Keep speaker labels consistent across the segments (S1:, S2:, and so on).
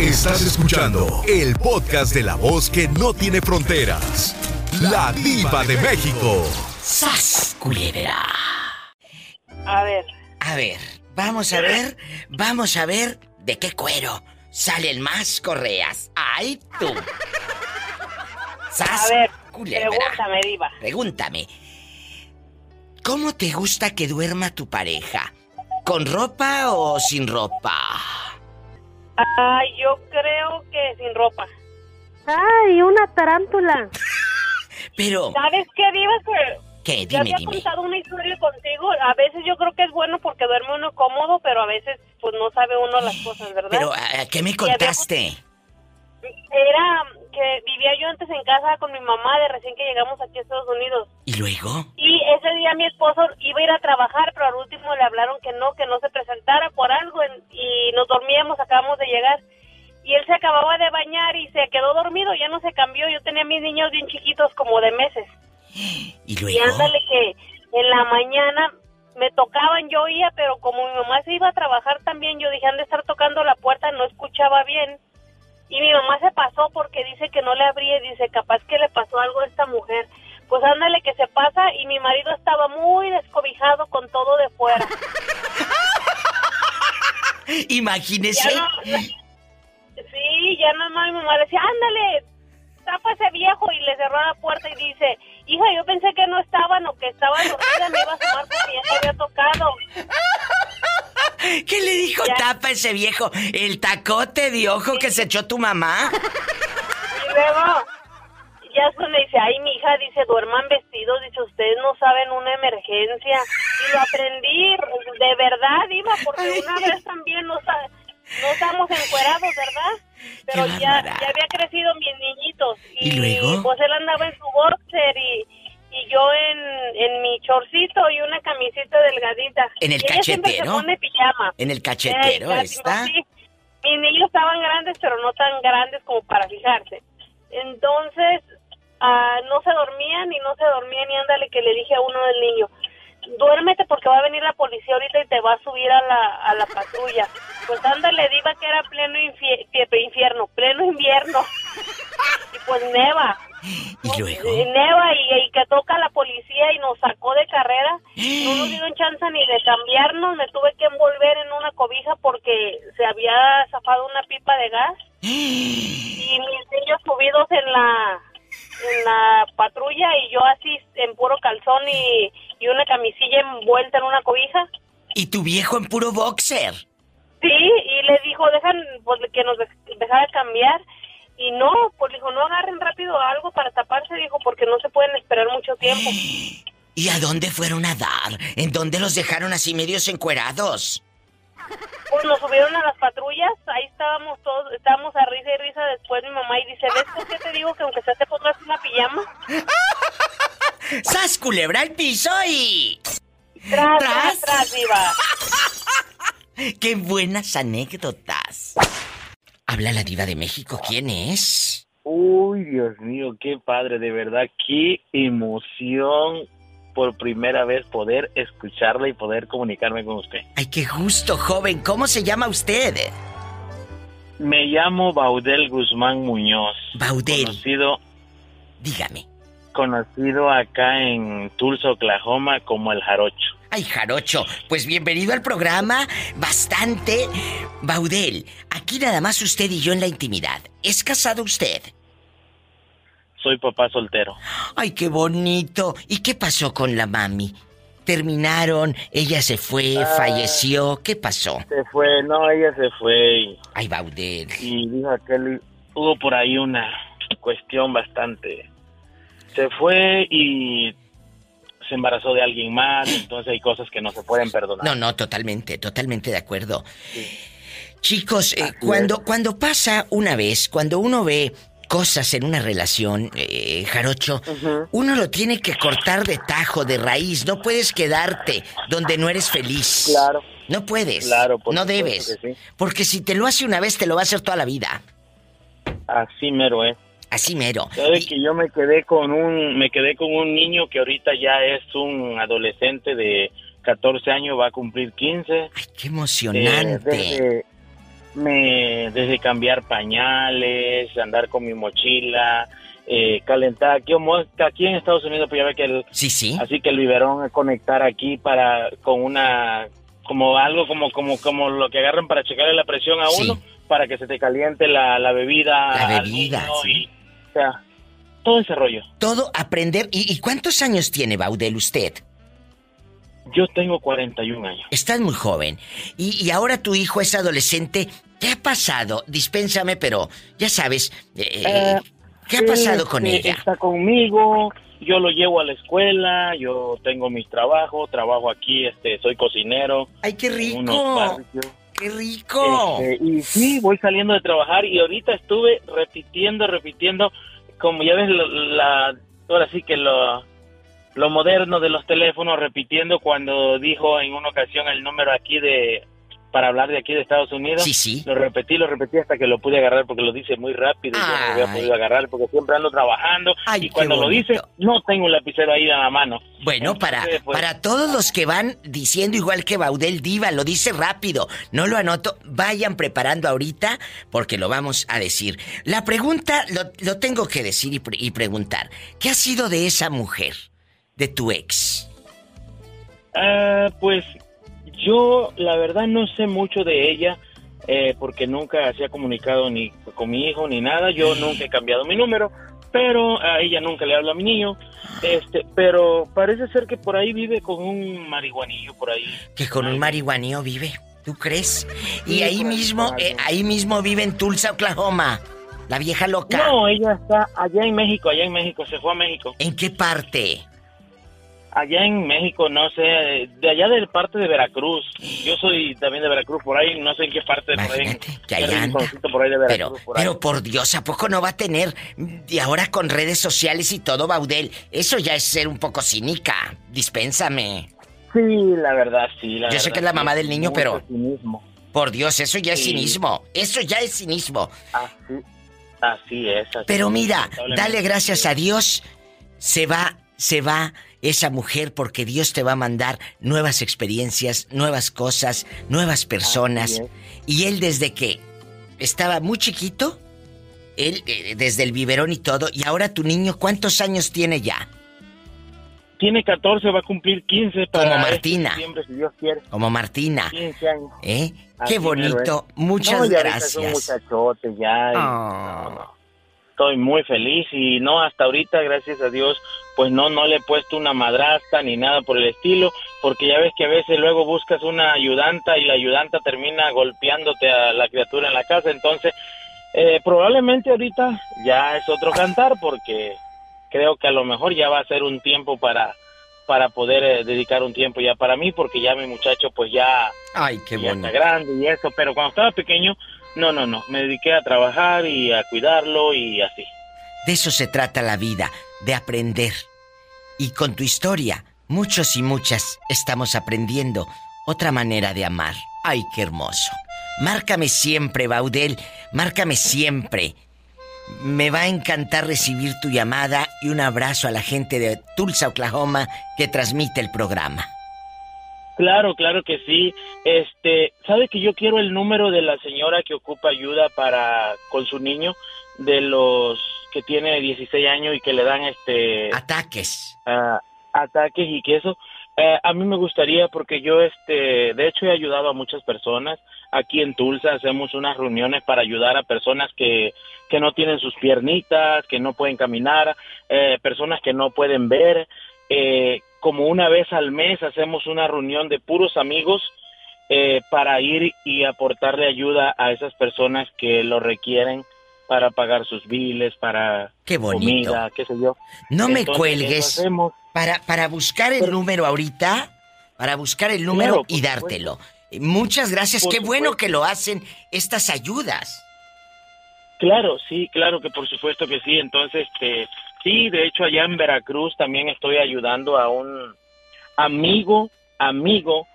S1: Estás escuchando el podcast de la voz que no tiene fronteras. La diva de México.
S2: ¡Sas, culebra!
S3: A ver,
S2: A ver, vamos a ver, vamos a ver de qué cuero salen más correas. ¡Ay, tú! ¡Sas,
S3: a ver,
S2: culebra!
S3: pregúntame, diva.
S2: Pregúntame. ¿Cómo te gusta que duerma tu pareja? ¿Con ropa o sin ropa?
S3: Ah, yo creo que sin ropa.
S4: ¡Ay, una tarántula!
S2: Pero,
S3: ¿Sabes qué, diva? Que
S2: ¿qué?
S3: ya
S2: Dime,
S3: había
S2: dime.
S3: contado una historia contigo. A veces yo creo que es bueno porque duerme uno cómodo, pero a veces pues no sabe uno las cosas, ¿verdad?
S2: Pero, ¿a- a ¿qué me contaste?
S3: Era que vivía yo antes en casa con mi mamá de recién que llegamos aquí a Estados Unidos.
S2: ¿Y luego?
S3: Y ese día mi esposo iba a ir a trabajar, pero al último le hablaron que no, que no se presentara por algo en- y nos dormíamos, acabamos de llegar. Y él se acababa de bañar y se quedó dormido, ya no se cambió. Yo tenía a mis niños bien chiquitos, como de meses.
S2: ¿Y
S3: Y
S2: luego?
S3: ándale que en la mañana me tocaban, yo oía, pero como mi mamá se iba a trabajar también, yo dije, han de estar tocando la puerta, no escuchaba bien. Y mi mamá se pasó porque dice que no le abría y dice, capaz que le pasó algo a esta mujer. Pues ándale que se pasa y mi marido estaba muy descobijado con todo de fuera.
S2: Imagínese.
S3: Ya no- sí, ya nada más mi mamá le decía, ándale, tapa ese viejo y le cerró la puerta y dice, hija, yo pensé que no estaban o que estaban dormida, me iba a asomar porque ya se había tocado.
S2: ¿Qué le dijo
S3: Ya.
S2: tapa ese viejo? ¿El tacote de ojo que se echó tu mamá?
S3: Y luego, ya se le dice, ay, mi hija, dice, duerman vestidos, dice, ustedes no saben una emergencia. Y lo aprendí, de verdad, Iba, porque una vez también nos, no estamos encuerados, ¿verdad? Pero
S2: Qué
S3: ya,
S2: bárbara.
S3: ya había crecido mis niñitos.
S2: ¿Y luego?
S3: Pues él andaba en su boxer y, y yo en, en mi chorcito y una camisita delgadita.
S2: En el
S3: y ella siempre se
S2: cachetero.
S3: pone pijama.
S2: En el cachetero
S3: Ey,
S2: está.
S3: sí. Mis niños estaban grandes, pero no tan grandes como para fijarse. Entonces, ah, no se dormían y no se dormían y ándale que le dije a uno del niño, duérmete porque va a venir la policía ahorita y te va a subir a la, a la patrulla. Pues ándale, diva que era pleno infie- que- infierno, pleno invierno. Y pues neva.
S2: ¿Y
S3: Eh,
S2: luego?
S3: Neva y, y que toca la policía y nos sacó de carrera. No nos dieron chance ni de cambiarnos. Me tuve que envolver en una cobija porque se había zafado una pipa de gas y mis niños subidos en la en la patrulla y yo así en puro calzón y, y una camisilla envuelta en una cobija.
S2: ¿Y tu viejo en puro boxer?
S3: Sí, y le dijo, dejan pues, que nos dej- dejara cambiar. Y no, pues dijo, no agarren rápido algo para taparse, dijo, porque no se pueden esperar mucho tiempo.
S2: ¿Y a dónde fueron a dar? ¿En dónde los dejaron así medios encuerados?
S3: Pues nos subieron a las patrullas, ahí estábamos todos, estábamos a risa y risa después mi mamá y dice, ¿ves por qué te digo que aunque sea te pongas una pijama?
S2: ¡Sas, culebra el piso y... Tras.
S3: Tras, tras, tras, diva.
S2: ¡Qué buenas anécdotas! Habla la diva de México, ¿quién es?
S5: Uy, Dios mío, qué padre, de verdad, qué emoción por primera vez poder escucharla y poder comunicarme con usted.
S2: Ay, qué gusto, joven. ¿Cómo se llama usted?
S5: Me llamo Baudel Guzmán Muñoz.
S2: Baudel.
S5: Conocido,
S2: Dígame.
S5: conocido acá en Tulsa, Oklahoma, como el Jarocho.
S2: Ay, Jarocho, pues bienvenido al programa. Bastante. Baudel, aquí nada más usted y yo en la intimidad. ¿Es casado usted?
S5: Soy papá soltero.
S2: Ay, qué bonito. ¿Y qué pasó con la mami? Terminaron, ella se fue,
S5: Ah.
S2: falleció. ¿Qué pasó?
S5: Se fue, no, ella se fue y,
S2: Ay, Baudel.
S5: y dijo aquel, hubo por ahí una cuestión bastante. Se fue y se embarazó de alguien más, entonces hay cosas que no se pueden perdonar.
S2: No, no, totalmente, totalmente de acuerdo. Chicos, eh, cuando, cuando pasa una vez, cuando uno ve cosas en una relación, eh, Jarocho, uno lo tiene que cortar de tajo, de raíz. No puedes quedarte donde no eres feliz.
S5: Claro.
S2: No puedes.
S5: Claro, por
S2: No
S5: supuesto
S2: debes.
S5: que sí.
S2: Porque si te lo hace una vez, te lo va a hacer toda la vida.
S5: Así mero, ¿eh?
S2: Así mero.
S5: Sabes
S2: Y-
S5: que yo me quedé con un me quedé con un niño que ahorita ya es un adolescente de 14 años, va a cumplir 15.
S2: Ay, qué
S5: Eh,
S2: emocionante.
S5: desde, me desde cambiar pañales, andar con mi mochila, eh, calentar aquí, mo- aquí en Estados Unidos, pues ya ve que el,
S2: Sí, sí.
S5: así que el biberón es conectar aquí para con una como algo como como como lo que agarran para checarle la presión a
S2: Sí.
S5: uno para que se te caliente la, la bebida,
S2: La
S5: al
S2: bebida,
S5: niño
S2: sí.
S5: y- o sea, todo ese rollo.
S2: Todo aprender. ¿Y, y cuántos años tiene Baudel usted?
S5: Yo tengo 41 años.
S2: Estás muy joven. Y, y ahora tu hijo es adolescente. ¿Qué ha pasado? Dispénsame, pero ya sabes. eh,
S5: Eh,
S2: ¿Qué ha pasado
S5: Él,
S2: con
S5: este,
S2: ella?
S5: Está conmigo, yo lo llevo a la escuela, yo tengo mis trabajos, trabajo aquí, este, soy cocinero.
S2: ¡Ay, qué
S5: en unos
S2: rico!
S5: barrios.
S2: ¡Qué rico!
S5: Este, y sí, voy saliendo de trabajar y ahorita estuve repitiendo, repitiendo, como ya ves, lo- la, ahora sí que lo, lo moderno de los teléfonos, repitiendo cuando dijo en una ocasión el número aquí de, para hablar de aquí de Estados Unidos.
S2: Sí, sí.
S5: Lo repetí, lo repetí hasta que lo pude agarrar porque lo dice muy rápido y yo no había
S2: Ay.
S5: podido agarrar porque siempre ando trabajando
S2: Ay,
S5: y
S2: qué
S5: cuando lo
S2: bonito.
S5: dice no tengo un lapicero ahí a la mano.
S2: Bueno, para,
S5: Entonces, pues,
S2: para todos los que van diciendo igual que Baudel Diva, lo dice rápido, no lo anoto, vayan preparando ahorita porque lo vamos a decir. La pregunta lo, lo tengo que decir y, pre- y preguntar, ¿qué ha sido de esa mujer, de tu ex?
S5: Ah, pues yo la verdad no sé mucho de ella eh, porque nunca se ha comunicado ni con mi hijo ni nada. Yo
S2: Mm.
S5: nunca he cambiado mi número, pero a ella nunca le habla a mi niño. Este, pero parece ser que por ahí vive con un marihuanillo por ahí.
S2: Que con un marihuaneo vive, ¿tú crees? Y
S5: Sí,
S2: ahí
S5: pues,
S2: mismo, eh,
S5: claro.
S2: ahí mismo vive en Tulsa, Oklahoma, la vieja loca.
S5: No, ella está allá en México, allá en México, se fue a México.
S2: ¿En qué parte?
S5: Allá en México, no sé, de allá del parte de Veracruz. Yo soy también de Veracruz, por ahí, no sé en qué parte, por ahí. en-
S2: Imagínate, que allá
S5: qué
S2: anda.
S5: rinconcito por ahí de Veracruz,
S2: Pero,
S5: por ahí.
S2: pero por Dios, ¿a poco no va a tener? Y ahora con redes sociales y todo, Baudel. Eso ya es ser un poco cínica. Dispénsame.
S5: Sí, la verdad, sí. La
S2: Yo sé
S5: verdad,
S2: que es la
S5: sí,
S2: mamá del niño,
S5: mucho
S2: pero-
S5: cinismo.
S2: Por Dios, eso ya es
S5: Sí. Ah,
S2: cinismo. Eso ya es cinismo.
S5: Así, así es. así
S2: Pero
S5: es,
S2: mira,
S5: lamentablemente.
S2: dale gracias a Dios. Se va, se va esa mujer porque Dios te va a mandar nuevas experiencias, nuevas cosas, nuevas personas.
S5: Así es.
S2: Y él desde que estaba muy chiquito, él eh, desde el biberón y todo, y ahora tu niño, ¿cuántos años tiene ya?
S5: Tiene 14, va a cumplir 15 para
S2: Como
S5: este
S2: Martina. Ah.
S5: diciembre, si Dios quiere,
S2: Como Martina.
S5: 15 años.
S2: ¿Eh?
S5: Así
S2: Qué
S5: mero
S2: bonito. Muchas
S5: No, ya ahorita Es un
S2: gracias.
S5: muchachote ya. y-
S2: Oh.
S5: no, no. Estoy muy feliz y no, hasta ahorita, gracias a Dios, pues no, no le he puesto una madrasta ni nada por el estilo, porque ya ves que a veces luego buscas una ayudanta y la ayudanta termina golpeándote a la criatura en la casa, entonces eh, probablemente ahorita ya es otro cantar porque creo que a lo mejor ya va a ser un tiempo para para poder eh, dedicar un tiempo ya para mí porque ya mi muchacho pues ya
S2: Ay, qué
S5: ya está
S2: bonito.
S5: grande y eso, pero cuando estaba pequeño, no, no, no, me dediqué a trabajar y a cuidarlo y así.
S2: De eso se trata la vida, de aprender. Y con tu historia, muchos y muchas estamos aprendiendo otra manera de amar. Ay, qué hermoso. Márcame siempre, Baudel, márcame siempre. Me va a encantar recibir tu llamada y un abrazo a la gente de Tulsa, Oklahoma, que transmite el programa.
S5: Claro, claro que sí. Este, ¿sabe que yo quiero el número de la señora que ocupa ayuda para con su niño de los que tiene 16 años y que le dan este
S2: Ataques.
S5: ah, ataques y que eso eh, a mí me gustaría porque yo este de hecho he ayudado a muchas personas aquí en Tulsa hacemos unas reuniones para ayudar a personas que que no tienen sus piernitas que no pueden caminar eh, personas que no pueden ver eh, como una vez al mes hacemos una reunión de puros amigos eh, para ir y aportarle ayuda a esas personas que lo requieren para pagar sus biles para
S2: Qué bonito.
S5: comida qué sé yo
S2: No me
S5: Entonces,
S2: cuelgues.
S5: eso hacemos.
S2: Para, para buscar el número ahorita, para buscar el número
S5: Claro,
S2: y
S5: por
S2: dártelo. Eh, Muchas gracias,
S5: Por
S2: qué bueno
S5: supuesto.
S2: que lo hacen estas ayudas.
S5: Claro, sí, claro que por supuesto que sí. Entonces, este, sí, de hecho allá en Veracruz también estoy ayudando a un amigo, amigo,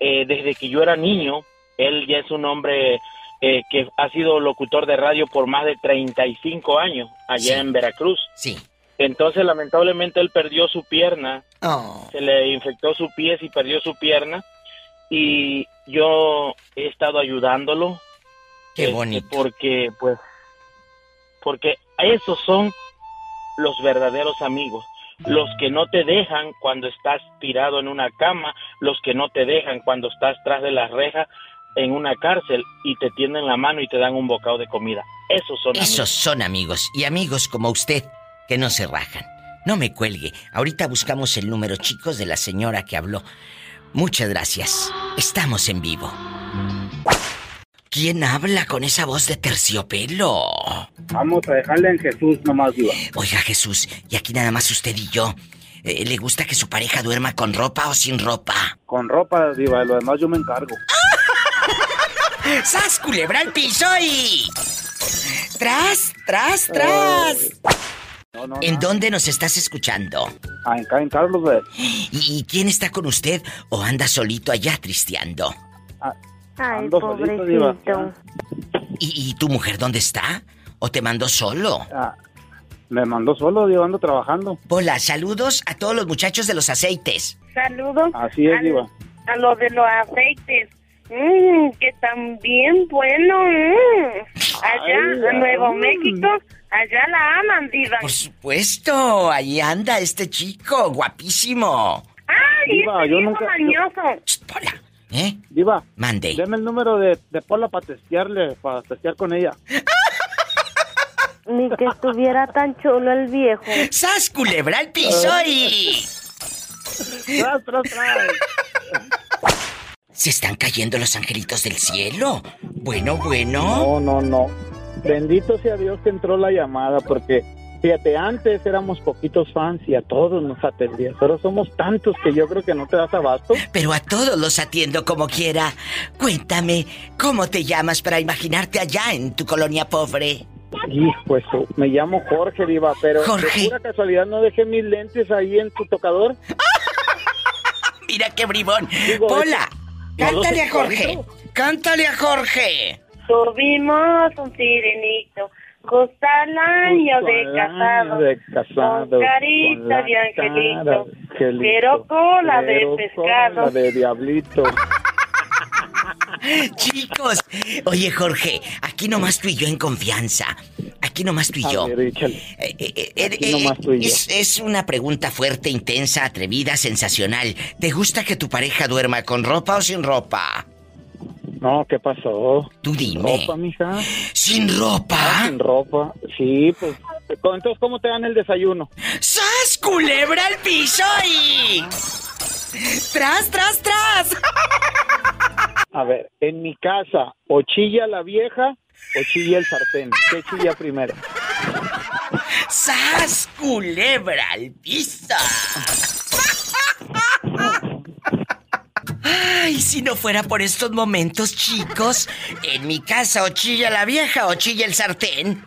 S5: eh, desde que yo era niño. Él ya es un hombre eh, que ha sido locutor de radio por más de 35 años allá
S2: Sí.
S5: en Veracruz.
S2: Sí.
S5: Entonces, lamentablemente, él perdió su pierna
S2: Oh,
S5: se le infectó su pie y perdió su pierna y yo he estado ayudándolo
S2: Qué
S5: Este,
S2: bonito.
S5: Porque, pues, porque esos son los verdaderos amigos. Los que no te dejan cuando estás tirado en una cama, los que no te dejan cuando estás tras de las rejas en una cárcel y te tienden la mano y te dan un bocado de comida. Esos son amigos.
S2: Esos son amigos y amigos como usted que no se rajan. No me cuelgue. Ahorita buscamos el número, chicos, de la señora que habló. Muchas gracias. Estamos en vivo. ¿Quién habla con esa voz de terciopelo?
S6: Vamos a dejarle en Jesús nomás, Diva.
S2: Oiga, Jesús, y aquí nada más usted y yo. Eh, ¿Le gusta que su pareja duerma con ropa o sin ropa?
S6: Con ropa, Diva, lo demás yo me encargo.
S2: ¡Sas, culebra al piso y... ¡Tras, tras, tras!
S6: No, no,
S2: ¿En
S6: no.
S2: dónde nos estás escuchando?
S6: Ah, en- Acá en Carlos, eh,
S2: ¿Y y quién está con usted o anda solito allá tristeando?
S4: Ay,
S6: Ando solito, diva.
S4: pobrecito.
S2: ¿Y, y tu mujer dónde está? ¿O te mandó solo?
S6: ah, me mandó solo, Diva, ando trabajando.
S2: Hola, saludos a todos los muchachos de los aceites.
S7: Saludos
S6: Así es,
S7: al-
S6: Diva.
S7: a los de los aceites. Mm, que están bien buenos. mm. Allá,
S6: Ay,
S7: en Nuevo
S6: mm.
S7: México, allá la aman, diva.
S2: Por supuesto, ahí anda este chico, guapísimo.
S7: Ay,
S6: Diva,
S7: este
S6: yo
S7: viejo
S6: nunca-
S7: mañoso.
S2: Chst, Hola, ¿eh?
S6: Diva,
S2: Mande.
S6: deme el número de, de Paula para testearle, para testear con ella.
S4: Ni que estuviera tan chulo el viejo.
S2: ¡Sas, culebra al piso y...
S6: Tras, tras, tras.
S2: ¿Se están cayendo los angelitos del cielo? Bueno, bueno.
S6: No, no, no. Bendito sea Dios que entró la llamada, porque fíjate, antes éramos poquitos fans y a todos nos atendías. Ahora somos tantos que yo creo que no te das abasto.
S2: Pero a todos los atiendo como quiera. Cuéntame, ¿cómo te llamas para imaginarte allá en tu colonia pobre?
S6: Y pues tú, me llamo Jorge Diva, pero
S2: Jorge.
S6: de pura casualidad no dejé mis lentes ahí en tu tocador.
S2: Mira qué bribón.
S6: Digo,
S2: Pola,
S6: ¿no los
S2: cántale a Jorge.
S6: encuentro?
S2: Cántale a Jorge.
S7: Tuvimos un sirenito, justo al año de
S6: Al
S7: casado.
S6: año de casado,
S7: Con carita
S6: con la
S7: de
S6: cara
S7: angelito,
S6: de angelito,
S7: pero cola de
S6: pero
S7: pescado.
S6: cola de diablito.
S2: Chicos. Oye, Jorge, aquí nomás tú y yo en confianza. Aquí nomás tú y yo.
S6: A ver, échale.
S2: Eh, eh, eh,
S6: Aquí
S2: eh,
S6: nomás tú y yo.
S2: es, es una pregunta fuerte, intensa, atrevida, sensacional. ¿Te gusta que tu pareja duerma con ropa o sin ropa?
S6: No, ¿qué pasó?
S2: Tú dime.
S6: Ropa, mija. Ah,
S2: ¿Sin ropa?
S6: Sin ropa. Sí, pues. Entonces, ¿cómo te dan el desayuno?
S2: ¡Sas, culebra al piso y... ¡Tras, tras, tras!
S6: A ver, en mi casa, o chilla la vieja o chilla el sartén. ¿Qué chilla primero?
S2: ¡Sas, culebra al piso! Ay, si no fuera por estos momentos, chicos, en mi casa o chilla la vieja o chilla el sartén.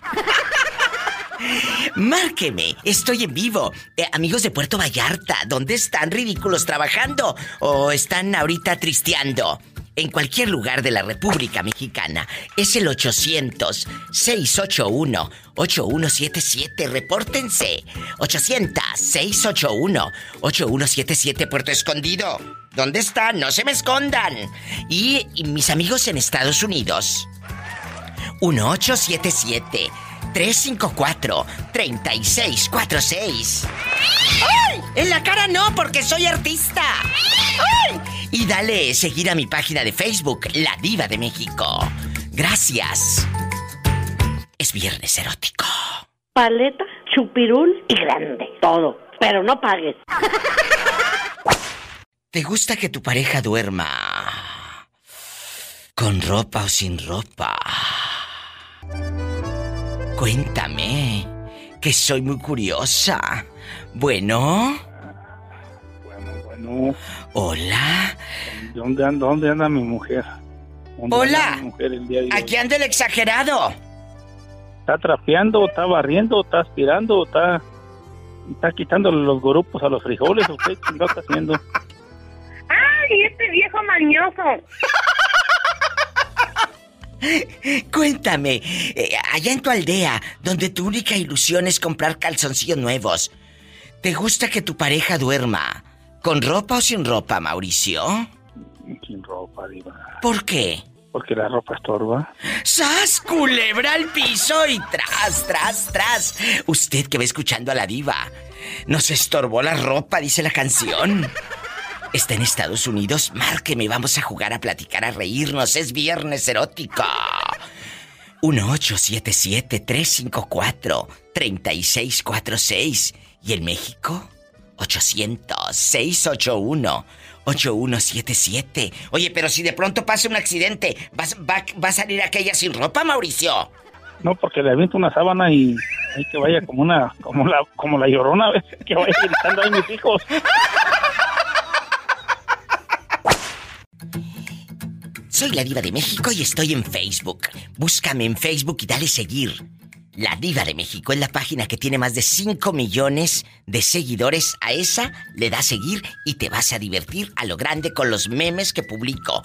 S2: Márqueme, estoy en vivo. Eh, amigos de Puerto Vallarta, ¿dónde están ridículos trabajando? ¿O están ahorita tristeando? En cualquier lugar de la República Mexicana es el 800-681-8177. Repórtense. 800-681-8177 Puerto Escondido. ¿Dónde están? No se me escondan. Y, y mis amigos en Estados Unidos. 1877-354-3646. ¡Ay! En la cara no, porque soy artista. ¡Ay! Y dale seguir a mi página de Facebook, La Diva de México. Gracias. Es viernes erótico.
S4: Paleta, chupirul y grande. Todo. Pero no pagues.
S2: ¿Te gusta que tu pareja duerma? ¿Con ropa o sin ropa? Cuéntame, que soy muy curiosa. Bueno,
S6: Bueno, bueno.
S2: hola.
S6: ¿Dónde anda, dónde anda mi mujer? ¿Dónde
S2: Hola.
S6: anda mi mujer el día de hoy?
S2: Aquí anda el exagerado.
S6: ¿Está trapeando, o está barriendo, o está aspirando, o está, está quitándole los grupos a los frijoles? ¿O qué chingado está haciendo?
S7: Ay, este viejo mañoso.
S2: Cuéntame, eh, allá en tu aldea, donde tu única ilusión es comprar calzoncillos nuevos, ¿te gusta que tu pareja duerma? ¿Con ropa o sin ropa, Mauricio?
S6: Sin ropa, diva.
S2: ¿Por qué?
S8: Porque la ropa estorba.
S2: ¡Sas, culebra al piso y tras, tras, tras! Usted que va escuchando a la diva. Nos estorbó la ropa, dice la canción. Está en Estados Unidos, márqueme, vamos a jugar, a platicar, a reírnos. Es viernes erótico. 1877-354-3646. ¿Y en México? 800-681-8177. Oye, pero si de pronto pasa un accidente, ¿vas- va, va a salir aquella sin ropa, Mauricio?
S8: No, porque le aviento una sábana y hay que vaya como una, como la, como la llorona, ¿ves? que vaya gritando ahí mis hijos.
S2: Soy la Diva de México y estoy en Facebook. Búscame en Facebook y dale seguir. La Diva de México es la página que tiene más de 5 millones de seguidores. A esa le das seguir y te vas a divertir a lo grande con los memes que publico.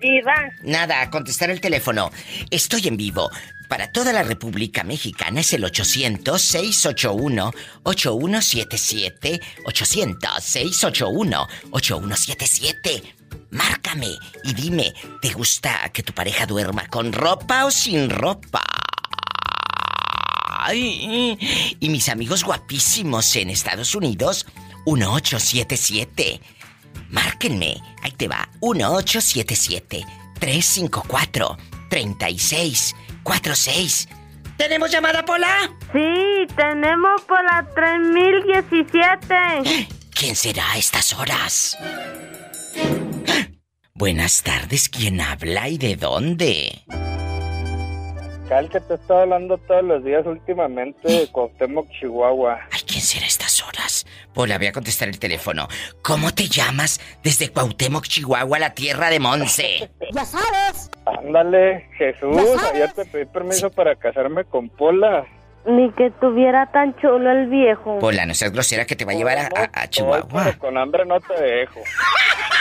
S7: Diva,
S2: Nada, a contestar el teléfono. Estoy en vivo. Para toda la República Mexicana es el 800-681-8177. 800-681-8177. Márcame y dime, ¿te gusta que tu pareja duerma con ropa o sin ropa? Ay, y mis amigos guapísimos en Estados Unidos, 1877. Márquenme, ahí te va, 1877-354-3646. ¿Tenemos llamada, Pola?
S9: Sí, tenemos por la 3017.
S2: ¿Quién será a estas horas? Buenas tardes, ¿quién habla y de dónde?
S10: Cal que te está hablando todos los días últimamente de Cuauhtémoc, Chihuahua.
S2: Ay, ¿quién será a estas horas? Pola, Pues voy a contestar el teléfono. ¿Cómo te llamas desde Cuauhtémoc, Chihuahua, la tierra de Monse?
S9: Ya sabes.
S10: Ándale, Jesús, ayer te pedí permiso para casarme con Pola.
S9: Ni que tuviera tan chulo el viejo.
S2: Pola, no seas grosera que te va a llevar a, a- a Chihuahua.
S10: Pero con hambre no te dejo.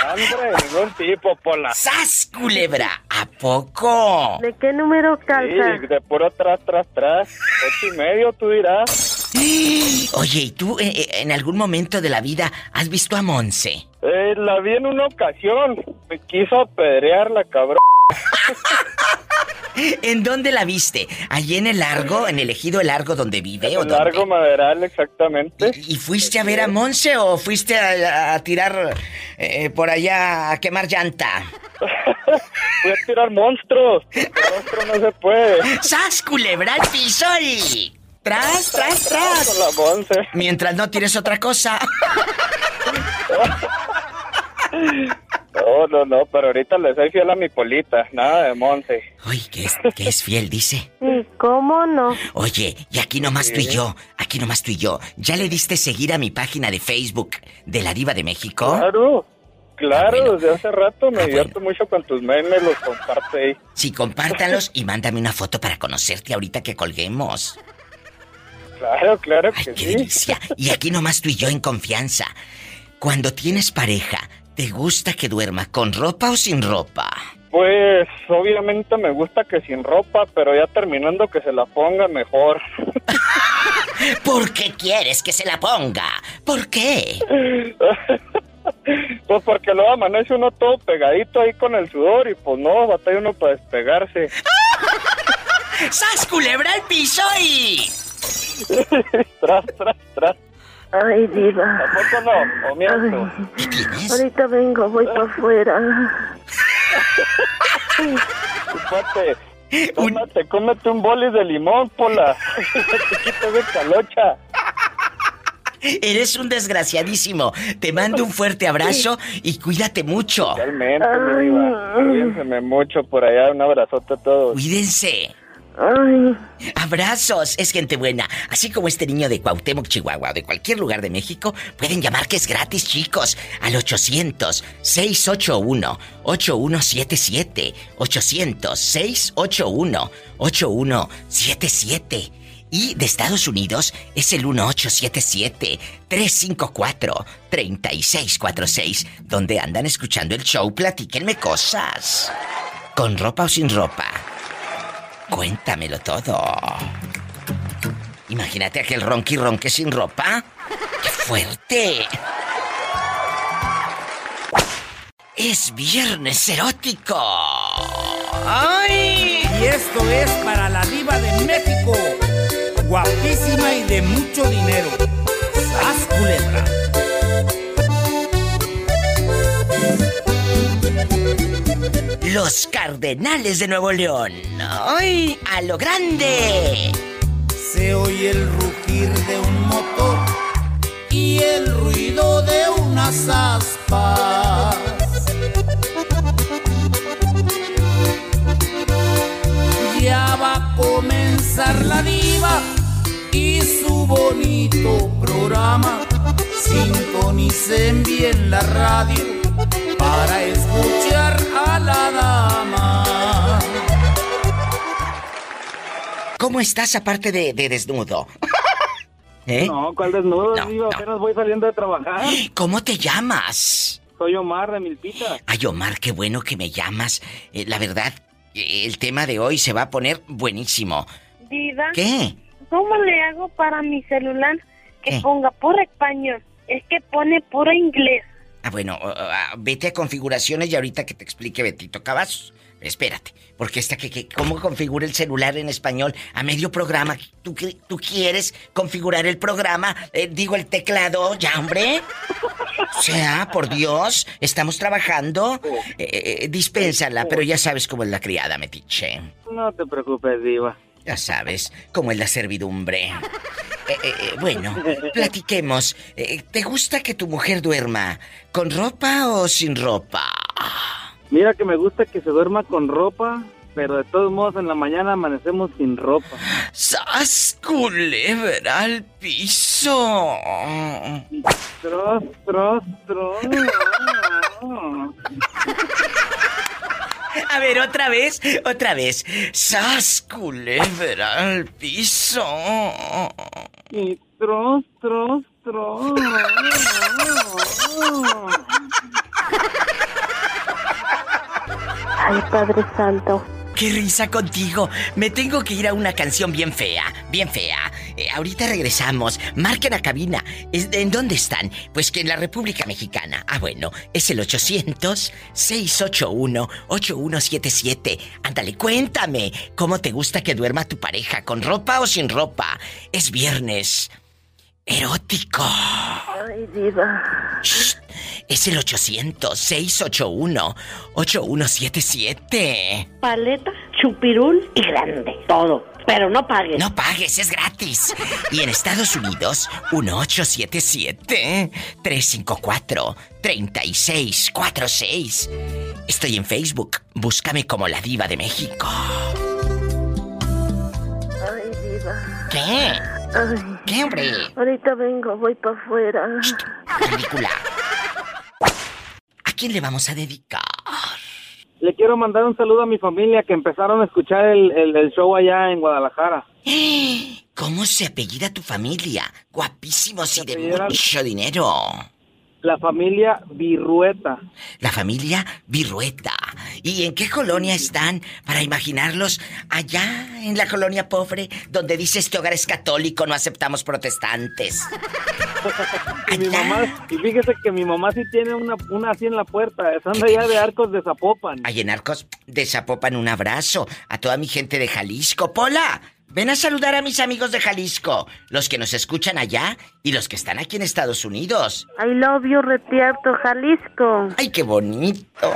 S10: Hambre de ningún tipo, Pola. Sí,
S2: ¡Sas, culebra! ¿A poco?
S9: ¿De qué número calza?
S10: de puro tras, tras, tras. Ocho y medio, tú dirás.
S2: Oye, ¿y tú eh, eh, en algún momento de la vida has visto a Monse?
S10: Eh, la vi en una ocasión. Me quiso apedrear la cabrón.
S2: ¿En dónde la viste? ¿Allí en el largo, en el ejido el largo donde vive o
S10: En
S2: dónde?
S10: largo maderal, exactamente.
S2: ¿Y, y fuiste a ver a Monse o fuiste a, a tirar eh, por allá a quemar llanta?
S10: Voy a tirar monstruos. porque monstruo no se puede.
S2: ¡Sas, culebra al piso y... ¡Tras, tras, tras!
S10: Con la Monse.
S2: Mientras no tires otra cosa.
S10: No, no, no, pero ahorita le soy fiel a mi polita, nada de Monse.
S2: Uy, que es, que es fiel, dice.
S9: ¿Y cómo no?
S2: Oye, y aquí nomás tú y yo, aquí nomás tú y yo, ¿ya le diste seguir a mi página de Facebook de la Diva de México?
S10: Claro, claro,
S2: Ah, bueno.
S10: desde hace rato me
S2: Ah,
S10: divierto mucho con tus memes, los comparte ahí.
S2: Sí, compártanlos y mándame una foto para conocerte ahorita que colguemos.
S10: Claro, claro
S2: Ay,
S10: que
S2: qué
S10: sí.
S2: delicia. Y aquí nomás tú y yo en confianza. Cuando tienes pareja, ¿te gusta que duerma con ropa o sin ropa?
S10: Pues obviamente me gusta que sin ropa, pero ya terminando que se la ponga mejor.
S2: ¿Por qué quieres que se la ponga? ¿Por qué?
S10: Pues porque luego amanece uno todo pegadito ahí con el sudor y pues no, batalla uno para despegarse.
S2: ¡Sas culebra al piso y!
S10: Tras, tras, tras.
S9: Ay, diva.
S10: ¿Tampoco no? ¿O miento?
S2: ¿Qué tienes?
S9: Ahorita vengo, voy para afuera.
S10: Cómate, cómate, cómete un bolis de limón, Pola. Te quitas de calocha.
S2: Eres un desgraciadísimo. Te mando un fuerte abrazo y cuídate mucho.
S10: Realmente, mi diva. Cuídense mucho por allá. Un abrazote a todos.
S2: Cuídense.
S9: Ay,
S2: Abrazos, es gente buena. Así como este niño de Cuauhtémoc, Chihuahua o de cualquier lugar de México, pueden llamar que es gratis, chicos, al 800 681 8177 800 681 8177. Y de Estados Unidos es el 1877-354-3646, donde andan escuchando el show Platíquenme Cosas. ¿Con ropa o sin ropa? Cuéntamelo todo. Imagínate aquel ronqui ronque sin ropa. ¡Qué fuerte! Es viernes erótico. ¡Ay!
S11: Y esto es para la diva de México. Guapísima y de mucho dinero. ¡Sas culebra!
S2: Los Cardenales de Nuevo León. ¡Ay! ¡A lo grande!
S11: Se oye el rugir de un motor y el ruido de unas aspas. Ya va a comenzar la diva y su bonito programa. Sintonicen bien la radio para escuchar a la dama.
S2: ¿Cómo estás aparte de, de desnudo? ¿Eh?
S6: No, ¿cuál desnudo?
S2: No,
S6: digo,
S2: no.
S6: apenas voy saliendo de trabajar.
S2: ¿Cómo te llamas?
S6: Soy Omar de Milpita.
S2: Ay, Omar, qué bueno que me llamas. Eh, la verdad, eh, el tema de hoy se va a poner buenísimo.
S7: Diva,
S2: ¿Qué?
S7: ¿cómo le hago para mi celular que
S2: ¿Qué?
S7: ponga puro español? Es que pone puro inglés.
S2: Ah, bueno, ah, ah, vete a configuraciones y ahorita que te explique Betito Cavazos. Espérate, porque esta que, que- cómo configura el celular en español a medio programa. ¿Tú, qué- tú quieres configurar el programa? Eh, digo, el teclado, ya, hombre. O sea, por Dios, estamos trabajando. Eh, eh, dispénsala, pero ya sabes cómo es la criada, metiche.
S6: No te preocupes, Diva.
S2: Ya sabes, cómo es la servidumbre. Eh, eh, eh, bueno, platiquemos. Eh, ¿Te gusta que tu mujer duerma con ropa o sin ropa?
S6: Mira que me gusta que se duerma con ropa, pero de todos modos en la mañana amanecemos sin ropa.
S2: ¡Sas culebra al piso!
S6: Tros, tros, tros. Ah.
S2: A ver, otra vez, otra vez. ¡Sas culebra al piso!
S6: Y tros, tros, tros.
S9: Ay, Padre Santo.
S2: ¡Qué risa contigo! Me tengo que ir a una canción bien fea, bien fea. Eh, ahorita regresamos. Marquen a cabina. Es- ¿En dónde están? Pues que en la República Mexicana. Ah, bueno, es el 800-681-8177. Ándale, cuéntame. ¿Cómo te gusta que duerma tu pareja? ¿Con ropa o sin ropa? Es viernes. Erótico.
S9: Ay, Diva.
S2: Shh. Es el 800-681-8177.
S4: Paleta, chupirul y grande. Todo. Pero no pagues.
S2: No pagues, es gratis. Y en Estados Unidos, 1877-354-3646. Estoy en Facebook. Búscame como la diva de México.
S9: Ay, Diva.
S2: ¿Qué?
S9: Ay.
S2: ¿Qué, hombre?
S9: Ahorita vengo, voy para afuera.
S2: Ridícula. ¿A quién le vamos a dedicar?
S6: Le quiero mandar un saludo a mi familia que empezaron a escuchar el, el- el show allá en Guadalajara.
S2: ¿Cómo se apellida tu familia? Guapísimos y de
S6: apellida-
S2: mucho dinero.
S6: La familia Virrueta.
S2: La familia Virrueta. ¿Y en qué colonia están? Para imaginarlos allá en la colonia pobre, donde dice este hogar es católico, no aceptamos protestantes.
S6: Y mi
S2: Allá.
S6: mamá, y fíjese que mi mamá sí tiene una, una así en la puerta, es anda allá de arcos de Zapopan.
S2: Allá en Arcos de Zapopan un abrazo a toda mi gente de Jalisco. Pola, ven a saludar a mis amigos de Jalisco, los que nos escuchan allá y los que están aquí en Estados Unidos.
S9: I love you, Retierto, Jalisco.
S2: ¡Ay, qué bonito!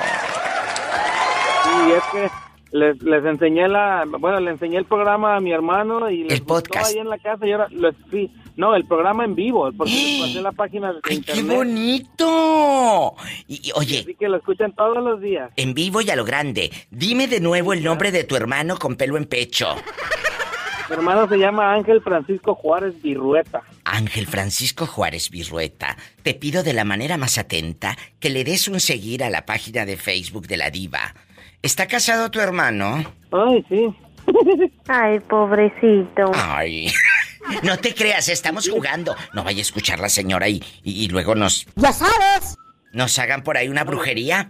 S6: Y es que les, les enseñé la, bueno, le enseñé el programa a mi hermano y les
S2: El
S6: gustó
S2: podcast.
S6: ahí en la casa y ahora lo sí, no, el programa en vivo, porque les pasé la página de
S2: ¡Ay, qué
S6: internet.
S2: bonito! Y, y, oye,
S6: Así que lo escuchan todos los días.
S2: En vivo y a lo grande. Dime de nuevo el nombre de tu hermano con pelo en pecho.
S6: Mi hermano se llama Ángel Francisco Juárez Virrueta.
S2: Ángel Francisco Juárez Virrueta, te pido de la manera más atenta que le des un seguir a la página de Facebook de la diva. ¿Está casado tu hermano?
S6: Ay, sí.
S9: Ay, pobrecito.
S2: Ay. Ah, No te creas, estamos jugando. No vaya a escuchar la señora y, y, y luego nos... ¡Ya sabes! Nos hagan por ahí una brujería.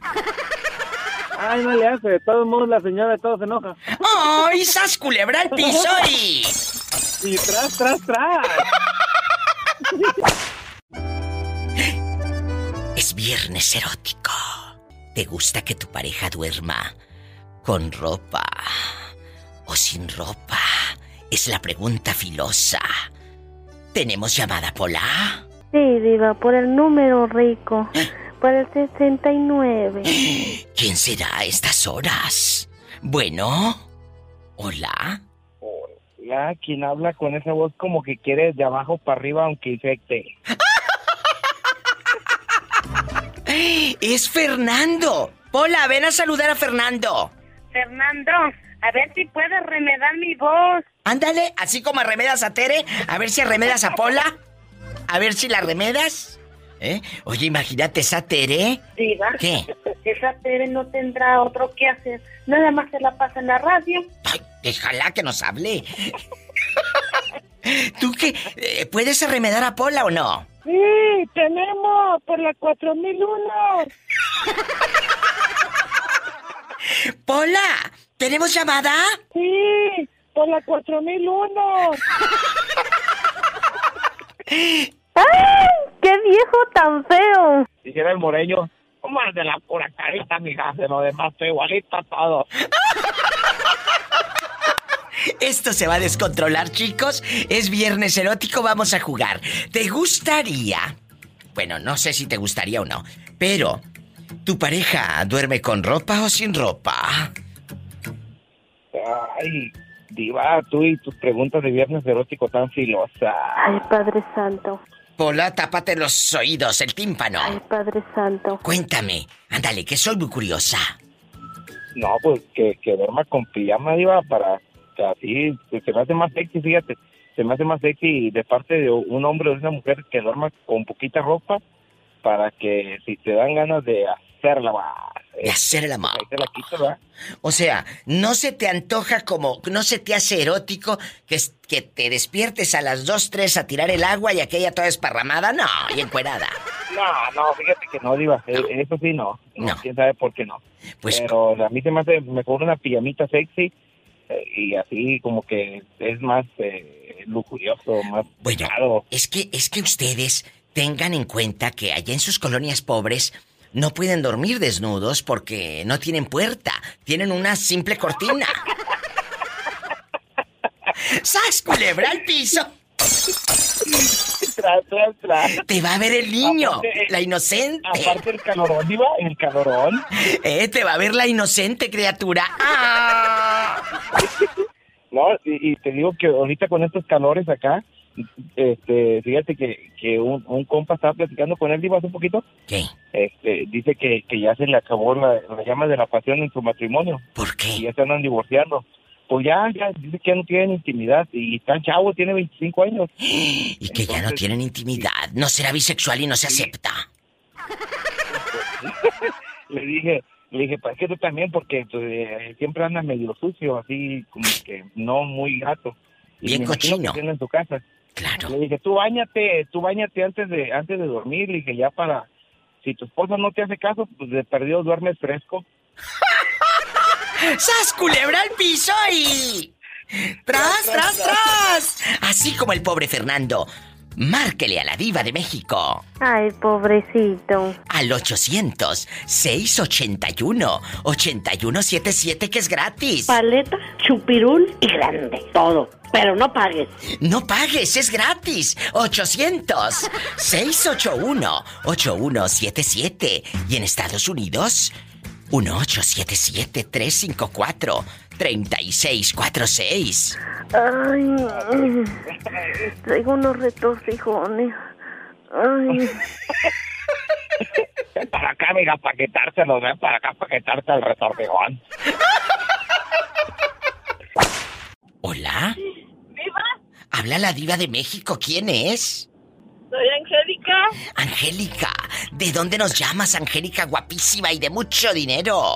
S6: Ay, no le hace, de todos modos la señora de todos se enoja.
S2: ¡Ay, sas culebra al piso y...
S6: Y tras, tras, tras.
S2: Es viernes erótico. ¿Te gusta que tu pareja duerma ¿Con ropa o sin ropa? Es la pregunta filosa. ¿Tenemos llamada, Pola?
S9: Sí, Diva, por el número rico. Por el 69.
S2: ¿Quién será a estas horas? Bueno, hola.
S8: Ya, quien habla con esa voz como que quiere de abajo para arriba aunque infecte.
S2: Es Fernando. Hola, ven a saludar a Fernando.
S7: Fernando, a ver si puedes remedar mi voz.
S2: Ándale, así como arremedas a Tere, a ver si arremedas a Pola. A ver si la remedas. ¿Eh? Oye, imagínate esa Tere.
S7: Diva.
S2: ¿Qué?
S7: Esa Tere no tendrá otro que hacer. Nada más se la pasa en la radio.
S2: Ay, déjala que nos hable. ¿Tú qué? eh, ¿Puedes arremedar a Pola o no?
S12: Sí, tenemos por la 4001.
S2: ¡Pola! ¿Tenemos llamada?
S12: Sí, por la 4001.
S9: ¡Ay! ¡Qué viejo tan feo!
S8: Dijera el moreño, más de la pura carita, mija, de lo demás estoy igualita a todos.
S2: Esto se va a descontrolar, chicos. Es viernes erótico, vamos a jugar. ¿Te gustaría? Bueno, no sé si te gustaría o no, pero ¿tu pareja duerme con ropa o sin ropa?
S8: Ay, diva, tú y tus preguntas de viernes erótico tan filosa.
S9: Ay, Padre Santo.
S2: Pola, tápate los oídos, el tímpano.
S9: Ay, Padre Santo.
S2: Cuéntame, ándale, que soy muy curiosa.
S8: No, pues que, que duerma con pijama, diva, para que así pues, se me hace más sexy, fíjate. Se me hace más sexy de parte de un hombre o de una mujer que duerma con poquita ropa para que si te dan ganas de hacerla, va.
S2: De hacer el amor.
S8: Ahí Eh, te la quito, va.
S2: O sea, no se te antoja como, no se te hace erótico que, es- que te despiertes a las 2, 3 a tirar el agua y aquella toda esparramada, no, y encuerada.
S8: No, no, fíjate que no, diva. eh, Eso sí, no.
S2: No.
S8: ¿Quién sabe por qué no?
S2: Pues-
S8: Pero a mí se me hace mejor una pijamita sexy eh, y así como que es más eh, lujurioso, más...
S2: Bueno, es que es que ustedes tengan en cuenta que allá en sus colonias pobres no pueden dormir desnudos porque no tienen puerta, tienen una simple cortina. ¡Sas, culebra al piso!
S8: Tras, tras, tras.
S2: Te va a ver el niño, la inocente.
S8: eh, Aparte el calorón, diva, el calorón.
S2: Eh, te va a ver la inocente criatura. ¡Ah!
S8: No, y, y te digo que ahorita con estos calores acá, este, fíjate que, que un, un compa estaba platicando con él, digo, hace un poquito.
S2: ¿Qué?
S8: Este, dice que, que ya se le acabó la, la llama de la pasión en su matrimonio.
S2: ¿Por qué?
S8: Y ya se andan divorciando. Pues ya, ya, dice que ya no tienen intimidad. Y tan chavo, tiene 25 años.
S2: Y que ya no tienen intimidad, no será bisexual y no se acepta.
S8: Le dije, le dije, pues es que tú también, porque pues, eh, siempre andas medio sucio, así como que no muy gato.
S2: Bien
S8: me imagino que
S2: cochino.
S8: tiene en su casa.
S2: Claro.
S8: Le dije, tú bañate, tú bañate antes de antes de dormir. Le dije, ya para, si tu esposa no te hace caso, pues de perdido duermes fresco.
S2: ¡Sas culebra al piso y. ¡Tras, tras, tras! Así como el pobre Fernando. Márquele a la Diva de México
S9: Ay, pobrecito.
S2: al 800-681-8177 que es gratis.
S4: Paleta, chupirul y grande. Todo. Pero no pagues.
S2: No pagues, es gratis. 800-681-8177. Y en Estados Unidos, 1877-354-3646.
S9: Ay, ay. traigo unos retorcijones. Ay,
S8: Ven para acá, mira, para quitárselos, ven para acá, para quitarte el retortijón.
S2: Hola,
S3: Viva,
S2: habla la diva de México. ¿Quién es?
S3: soy Angélica.
S2: Angélica, ¿de dónde nos llamas, Angélica guapísima y de mucho dinero?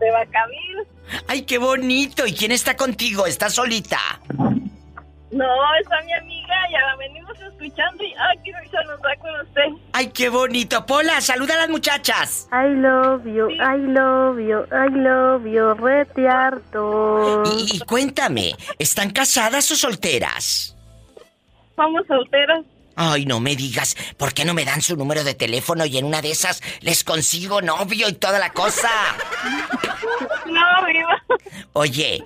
S3: De Bacavil.
S2: ¡Ay, qué bonito! ¿Y quién está contigo? ¿Estás solita?
S3: No, está mi amiga, ya la venimos escuchando y ay, qué risa nos da con usted.
S2: ¡Ay, qué bonito! Pola, saluda a las muchachas.
S9: I love you, I love you, I love you, retearto.
S2: Y, y cuéntame, ¿están casadas o solteras?
S3: Somos solteras.
S2: Ay, no me digas, ¿por qué no me dan su número de teléfono y en una de esas les consigo novio y toda la cosa?
S3: Sí,
S2: Oye,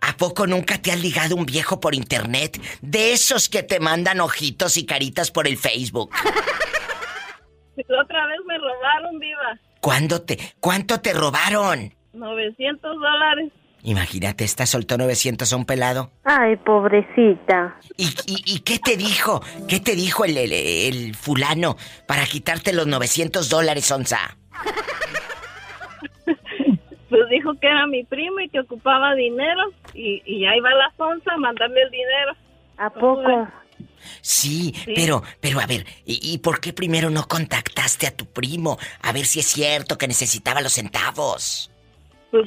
S2: ¿a poco nunca te has ligado un viejo por internet de esos que te mandan ojitos y caritas por el Facebook?
S3: La otra vez me robaron, viva.
S2: ¿Cuándo te, ¿Cuánto te robaron?
S3: 900 dólares.
S2: Imagínate, esta soltó 900 a un pelado.
S9: Ay, pobrecita.
S2: ¿Y, y, y qué te dijo? ¿Qué te dijo el, el, el fulano para quitarte los 900 dólares, Onza?
S3: Pues dijo que era mi primo y que ocupaba dinero. Y, y ahí va la Onza a mandarme el dinero.
S9: ¿A poco?
S2: Sí, pero, pero a ver, ¿y, y por qué primero no contactaste a tu primo? A ver si es cierto que necesitaba los centavos.
S3: Pues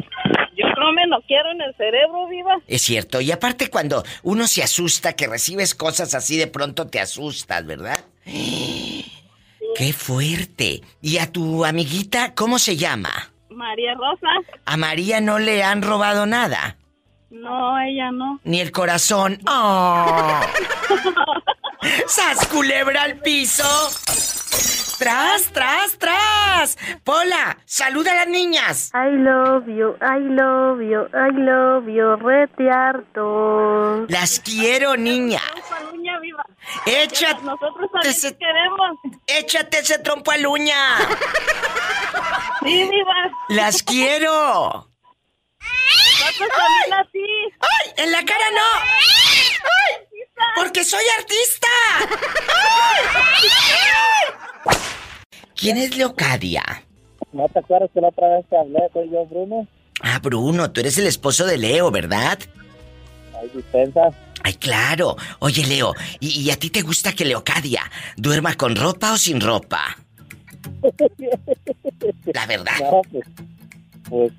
S3: yo creo me lo quiero en el cerebro, viva.
S2: Es cierto, y aparte cuando uno se asusta, que recibes cosas así, de pronto te asustas, ¿verdad? ¡Qué fuerte! ¿Y a tu amiguita cómo se llama?
S3: María Rosa.
S2: A María no le han robado nada.
S3: No, ella no.
S2: Ni el corazón. ¡Oh! ¡Sas culebra al piso! ¡Tras, tras, tras! ¡Pola! ¡Saluda a las niñas!
S9: I love you, I love you, I love you, rete harto.
S2: ¡Las quiero, niña!
S3: Paluña viva.
S2: ¡Échate!
S3: Nosotros también
S2: Ese-
S3: te queremos.
S2: ¡Échate ese trompo al uña!
S3: Sí, viva.
S2: ¡Las quiero!
S3: Nosotros también a ti.
S2: ¡Ay! ¡En la cara no! ¡Ay! ¡Porque soy artista! ¡Ay! ¿Quién es Leocadia?
S13: ¿No te acuerdas que la otra vez te hablé? Soy yo, Bruno.
S2: Ah, Bruno, tú eres el esposo de Leo, ¿verdad?
S13: Hay dispensas.
S2: Ay, claro. Oye, Leo, ¿y, y a ti te gusta que Leocadia duerma con ropa o sin ropa? La verdad.
S13: No, pues, pues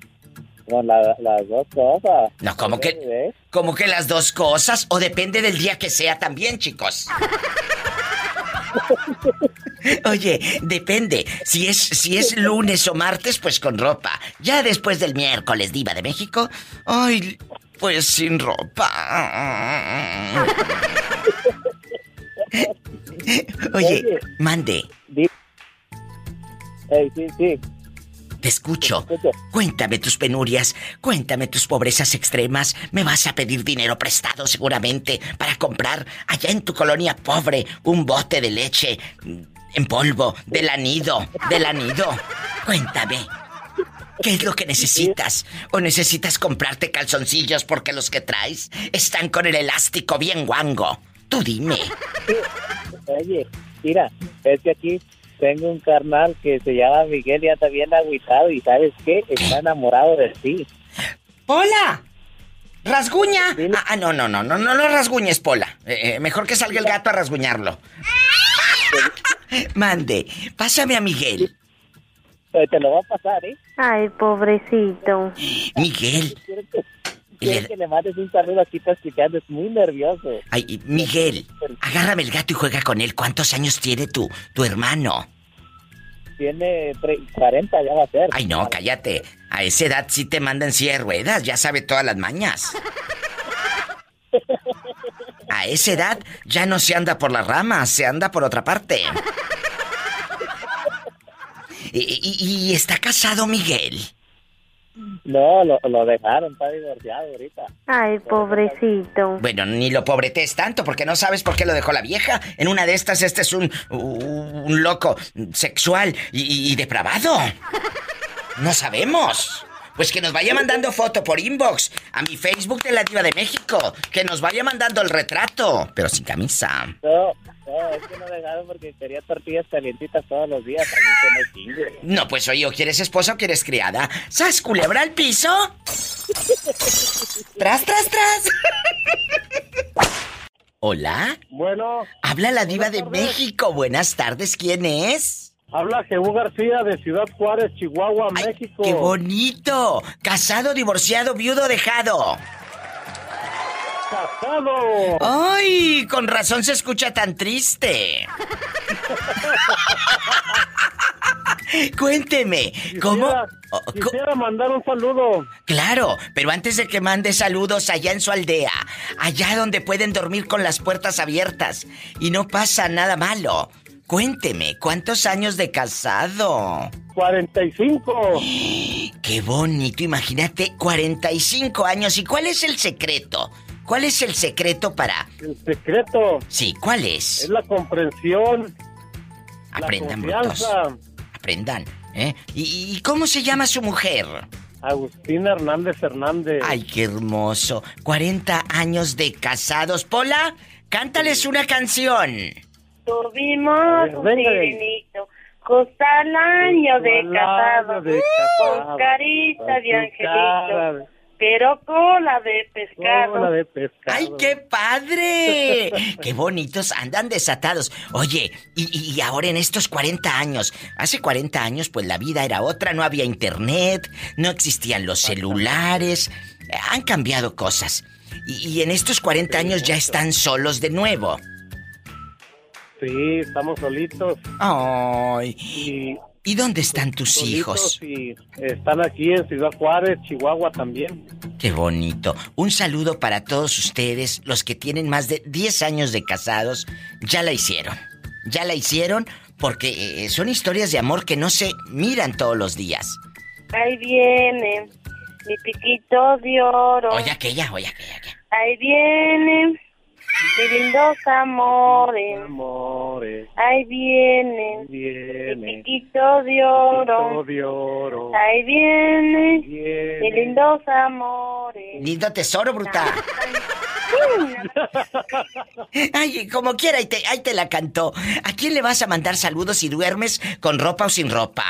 S13: con la- las dos cosas.
S2: No, como que, como que las dos cosas, o depende del día que sea también, chicos. Oye, depende. Si es, si es lunes o martes, pues con ropa. Ya después del miércoles, Diva de México, ay, pues sin ropa. Oye,
S13: Oye.
S2: mande,
S13: Di- Ey, sí, sí.
S2: te escucho. Cuéntame tus penurias, cuéntame tus pobrezas extremas. Me vas a pedir dinero prestado seguramente para comprar allá en tu colonia pobre un bote de leche mm, en polvo, del anido, del anido. Cuéntame. ¿Qué es lo que necesitas? ¿O necesitas comprarte calzoncillos porque los que traes están con el elástico bien guango? Tú dime.
S13: Oye, mira, es que aquí tengo un carnal que se llama Miguel y anda bien agüitado y ¿sabes qué? Está enamorado de ti.
S2: ¡Hola! ¡Rasguña! Ah, ah, no, no, no, no, no lo rasguñes, Pola. Eh, eh, mejor que salga el gato a rasguñarlo. Mande, pásame a Miguel.
S13: Eh, Te lo va a pasar, ¿eh?
S9: Ay, pobrecito.
S2: Miguel.
S13: Quiero que, quiero que le mandes un saludo aquí, está escuchando, es muy nervioso.
S2: Ay, y- Miguel, agárrame el gato y juega con él. ¿Cuántos años tiene tu, tu hermano?
S13: Tiene tre- 40, ya va a ser.
S2: Ay, no, cállate. A esa edad sí te mandan silla de ruedas, ya sabe todas las mañas. A esa edad ya no se anda por las ramas, se anda por otra parte. ¿Y, y- y está casado Miguel?
S13: No, lo, lo dejaron, está divorciado ahorita.
S9: Ay, pobrecito.
S2: Bueno, ni lo pobretes tanto porque no sabes por qué lo dejó la vieja. En una de estas, este es un, un loco sexual y, y- y depravado. No sabemos. Pues que nos vaya mandando foto por inbox a mi Facebook de la Diva de México. Que nos vaya mandando el retrato, pero sin camisa.
S13: No, no, es que no dejaron porque quería tortillas calientitas todos los días, a mí que no chingue.
S2: No, pues oye, ¿o ¿quieres esposa o quieres criada? ¿Sas culebra al piso? ¡Tras, tras, tras! ¿Hola?
S14: Bueno.
S2: Habla la diva de México. Buenas tardes, ¿quién es?
S14: Habla Jebú García de Ciudad Juárez, Chihuahua, México.
S2: ¡Qué bonito! Casado, divorciado, viudo, dejado.
S14: ¡Casado!
S2: ¡Ay! Con razón se escucha tan triste. Cuénteme, ¿cómo? o- co-
S14: Quisiera mandar un saludo.
S2: Claro, pero antes de que mande saludos allá en su aldea, allá donde pueden dormir con las puertas abiertas y no pasa nada malo. Cuénteme, ¿cuántos años de casado?
S14: 45.
S2: Qué bonito, imagínate, 45 años. ¿Y cuál es el secreto? ¿Cuál es el secreto para...?
S14: El secreto.
S2: Sí, ¿cuál es?
S14: Es la comprensión.
S2: Aprendan,
S14: la
S2: brutos.
S14: confianza.
S2: Aprendan, ¿eh? ¿Y, y cómo se llama su mujer?
S14: Agustina Hernández Hernández.
S2: Ay, qué hermoso. 40 años de casados. Pola, cántales una canción.
S7: Tuvimos un
S2: Venga,
S7: sirenito, costa al año de
S2: Al año
S7: casado,
S2: de
S7: con
S2: casado,
S7: carita
S14: con
S7: de
S14: tu cara
S7: angelito,
S14: de-
S7: pero cola de pescado.
S14: Hola de pescado.
S2: ¡Ay, qué padre! ¡Qué bonitos! Andan desatados. Oye, y, y- y ahora en estos 40 años, hace 40 años pues la vida era otra, no había internet, no existían los celulares, eh, han cambiado cosas. Y, y en estos 40 años ya están solos de nuevo.
S14: Sí, estamos solitos.
S2: ¡Ay!
S14: ¿Y,
S2: ¿Y dónde están tus hijos?
S14: Y están aquí en Ciudad Juárez, Chihuahua también.
S2: Qué bonito. Un saludo para todos ustedes, los que tienen más de 10 años de casados, ya la hicieron. Ya la hicieron porque eh, son historias de amor que no se miran todos los días.
S7: Ahí viene mi piquito de oro.
S2: Oye aquella, oye aquella.
S7: Ahí viene mis lindos amores.
S14: Amores,
S7: Ahí viene mi
S13: eh.
S14: viene.
S7: piquito de oro.
S14: Todo de oro.
S7: Ahí viene
S14: Viene.
S7: mis lindos amores.
S2: Lindo tesoro, brutal. Ay, como quiera, ahí te, ahí te la cantó. ¿A quién le vas a mandar saludos si duermes con ropa o sin ropa?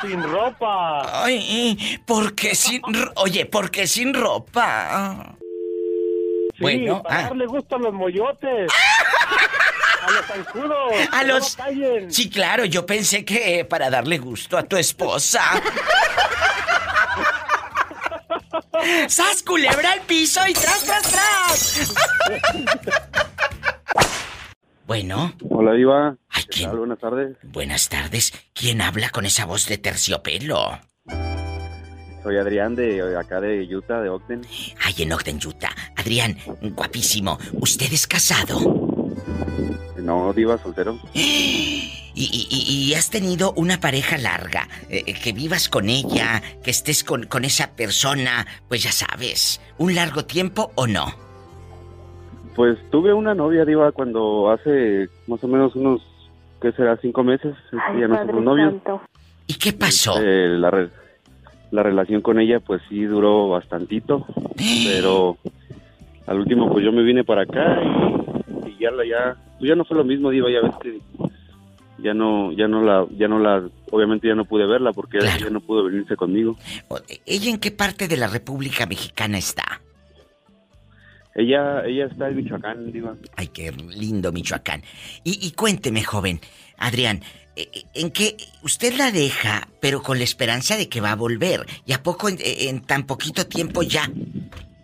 S14: Sin ropa.
S2: Ay, eh, ¿por qué sin... ro- Oye, ¿por qué sin ropa?
S14: Sí,
S2: ah.
S14: para darle gusto a los moyotes. a los zancudos.
S2: A
S14: que no
S2: los...
S14: batallen.
S2: Sí, claro, yo pensé que eh, para darle gusto a tu esposa. ¡Sas, culebra al piso y tras, tras, tras! bueno,
S15: Hola, Iva.
S2: ¿Qué tal?
S15: Buenas tardes.
S2: buenas tardes. ¿Quién habla con esa voz de terciopelo?
S15: Soy Adrián de eh, acá de Utah, de Ogden.
S2: Ay, en Ogden, Utah. Adrián, guapísimo. ¿Usted es casado?
S15: No, Diva, soltero.
S2: ¿Y, y- y- y has tenido una pareja larga? Eh, eh, que vivas con ella, que estés con, con esa persona, pues ya sabes, ¿un largo tiempo o no?
S15: Pues tuve una novia, Diva, cuando hace más o menos unos, ¿qué será? Cinco meses.
S9: Ay,
S15: ya no
S9: Padre
S15: somos novios.
S9: Santo.
S2: ¿Y qué pasó?
S15: Eh, la, re- la relación con ella, pues sí duró bastantito. Pero al último, pues yo me vine para acá y, y ya, la- ya, pues, ya no fue lo mismo, Diva. Ya ves que ya no, ya no la, ya no la, obviamente ya no pude verla porque ella no pudo venirse conmigo.
S2: ¿Ella en qué parte de la República Mexicana está?
S15: Ella, ella está en Michoacán, Diva.
S2: Ay, qué lindo Michoacán. Y, y cuénteme, joven, Adrián, eh, eh, ¿en qué usted la deja, pero con la esperanza de que va a volver? ¿Y a poco en, eh, en tan poquito tiempo ya?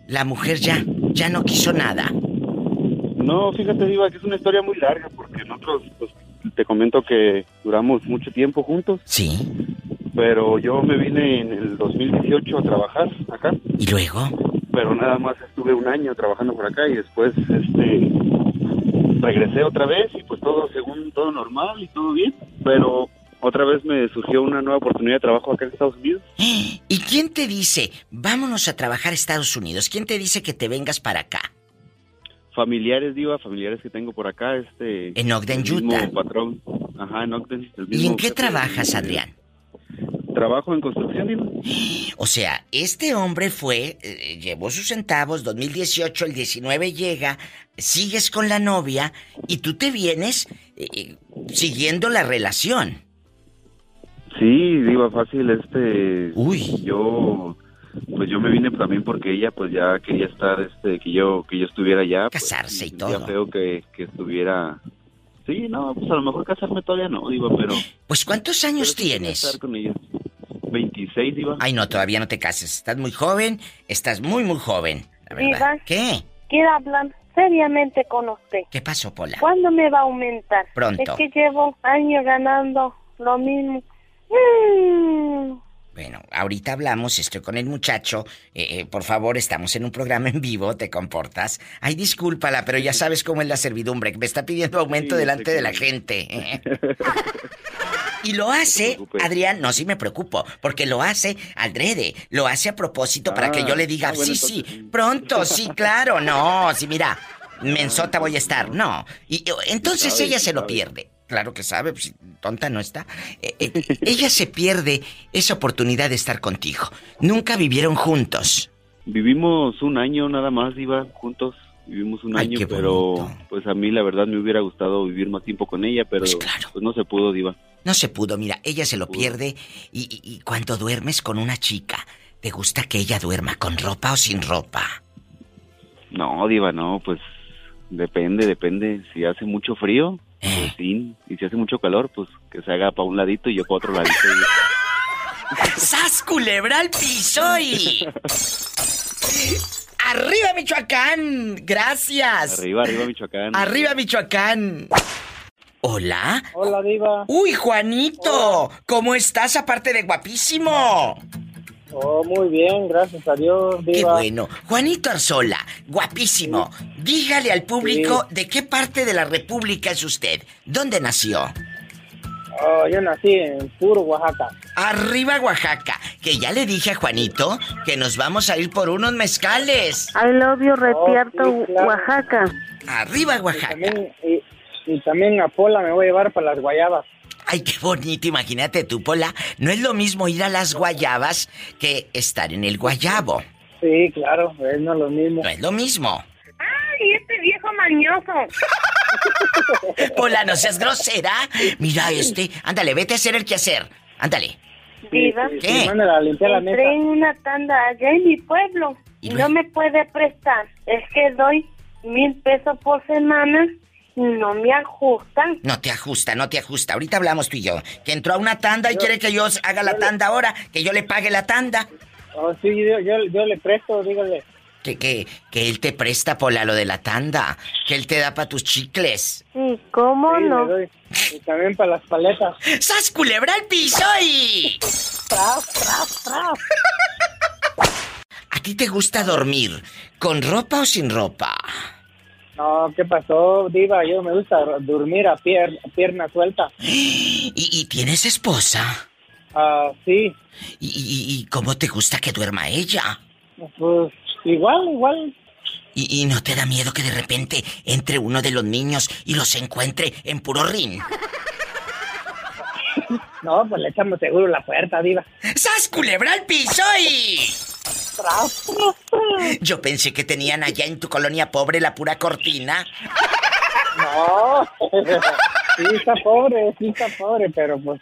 S2: La mujer ya, ya no quiso nada.
S15: No, fíjate, Diva, que es una historia muy larga porque nosotros, pues, te comento que duramos mucho tiempo juntos.
S2: Sí.
S15: Pero yo me vine en el 2018 a trabajar acá,
S2: ¿Y luego?
S15: pero nada más estuve un año trabajando por acá y después, este, regresé otra vez y pues todo según todo normal y todo bien, pero otra vez me surgió una nueva oportunidad de trabajo acá en Estados Unidos.
S2: ¿Y quién te dice, vámonos a trabajar a Estados Unidos? ¿Quién te dice que te vengas para acá?
S15: Familiares, Diva, familiares que tengo por acá, este.
S2: En Ogden,
S15: el mismo
S2: Utah.
S15: patrón. Ajá, en Ogden. el
S2: ¿Y
S15: mismo
S2: en qué
S15: jefe.
S2: trabajas, Adrián?
S15: Trabajo en construcción, Diva.
S2: O sea, este hombre fue, eh, llevó sus centavos, 2018, el 19 llega, sigues con la novia y tú te vienes eh, eh, siguiendo la relación.
S15: Sí, digo, fácil, este...
S2: Uy.
S15: Yo, pues yo me vine también porque ella pues ya quería estar, este, que yo, que yo estuviera allá. Casarse y todo. feo que, que estuviera... Sí, no, pues a lo mejor casarme todavía no, digo, pero...
S2: Pues ¿cuántos años tienes?
S15: estar con ella. 26, Diva.
S2: Ay, no, todavía no te cases. Estás muy joven, estás muy, muy joven. La verdad.
S7: Diva.
S2: ¿Qué?
S7: Quiero hablar seriamente con usted.
S2: ¿Qué pasó, Pola?
S7: ¿Cuándo me va a aumentar?
S2: Pronto.
S7: Es que llevo años ganando lo mismo. Mm,
S2: Bueno, ahorita hablamos, estoy con el muchacho. Eh, eh, por favor, estamos en un programa en vivo, ¿te comportas? Ay, discúlpala, pero ya sabes cómo es la servidumbre. Me está pidiendo aumento
S13: Sí, sé
S2: delante de
S13: cómo
S2: la
S13: es.
S2: gente. y lo hace, Adrián, no, sí me preocupo, porque lo hace adrede, lo hace a propósito para
S13: Ah,
S2: que yo le diga,
S13: ah, bueno,
S2: sí,
S13: entonces
S2: sí, pronto, sí, claro, no, sí, mira, mensota voy a estar,
S13: Ah,
S2: no. Y eh, entonces
S13: sabe,
S2: ella
S13: sí
S2: se lo
S13: sabe.
S2: pierde. Claro que sabe, pues, tonta no está. Eh, eh, ella se pierde esa oportunidad de estar contigo. Nunca vivieron juntos.
S15: Vivimos un año nada más, Diva, juntos. Vivimos un año, pero pues a mí la verdad me hubiera gustado vivir más tiempo con ella, pero pues, no se pudo, Diva.
S2: No se pudo, mira, ella se lo pierde y, y- y cuando duermes con una chica, ¿te gusta que ella duerma con ropa o sin ropa?
S15: No, Diva, no, pues depende, depende. Si hace mucho frío, pues sí. Y si hace mucho calor, pues que se haga para un ladito y yo para otro ladito.
S2: ¡Sas culebra al piso y... ¡Arriba Michoacán! ¡Gracias!
S15: Arriba, arriba, Michoacán.
S2: ¡Arriba Michoacán! ¿Hola? Uh.
S6: Hola, Diva.
S2: ¡Uy, Juanito! ¿Cómo estás aparte de guapísimo?
S6: Oh, muy bien, gracias a Dios,
S2: Qué
S6: Diva.
S2: bueno. Juanito Arzola, guapísimo. Dígale al público de qué parte de la República es usted. ¿Dónde nació?
S6: Oh, yo nací en puro Oaxaca.
S2: Arriba Oaxaca, que ya le dije a Juanito que nos vamos a ir por unos mezcales.
S9: I love you, Retierto,
S6: Oh, sí, claro.
S9: Oaxaca.
S2: Arriba Oaxaca.
S6: Y, y también a Pola me voy a llevar para las guayabas.
S2: Ay, qué bonito, imagínate tú, Pola. No es lo mismo ir a las guayabas que estar en el guayabo.
S6: Sí, claro, es no lo mismo.
S2: No es lo mismo.
S7: ¡Ay, este viejo mañoso!
S2: Pola, no seas grosera. Mira este. Ándale, vete a hacer el quehacer. Ándale.
S7: Diva,
S2: ¿Qué?
S7: entré en una tanda allá en mi pueblo y no me puede prestar. Es que doy mil pesos por semana y no me ajustan.
S2: No te ajusta, no te ajusta. Ahorita hablamos tú y yo. Que entró a una tanda y quiere que yo haga la tanda ahora, que yo le pague la tanda.
S6: Oh, sí, yo, yo, yo le presto, dígale.
S2: Que, que, que él te presta, Pola, lo de la tanda. Que él te da para tus chicles.
S9: Sí, ¿cómo
S6: Sí,
S9: no?
S6: le doy. Y también para las paletas.
S2: ¡Sas culebra al piso y... ¿A ti te gusta dormir con ropa o sin ropa?
S6: No, ¿qué pasó, Diva? Yo me gusta dormir a pier- pierna suelta.
S2: ¿Y, y tienes esposa?
S6: Ah, sí.
S2: ¿Y, y- y cómo te gusta que duerma ella?
S6: Pues igual, igual.
S2: ¿Y, y no te da miedo que de repente entre uno de los niños y los encuentre en puro rin?
S6: No, pues le echamos seguro la puerta, Diva.
S2: ¡Sas culebra al piso y... Yo pensé que tenían allá en tu colonia pobre la pura cortina.
S6: No. Sí, está pobre, sí está pobre, pero pues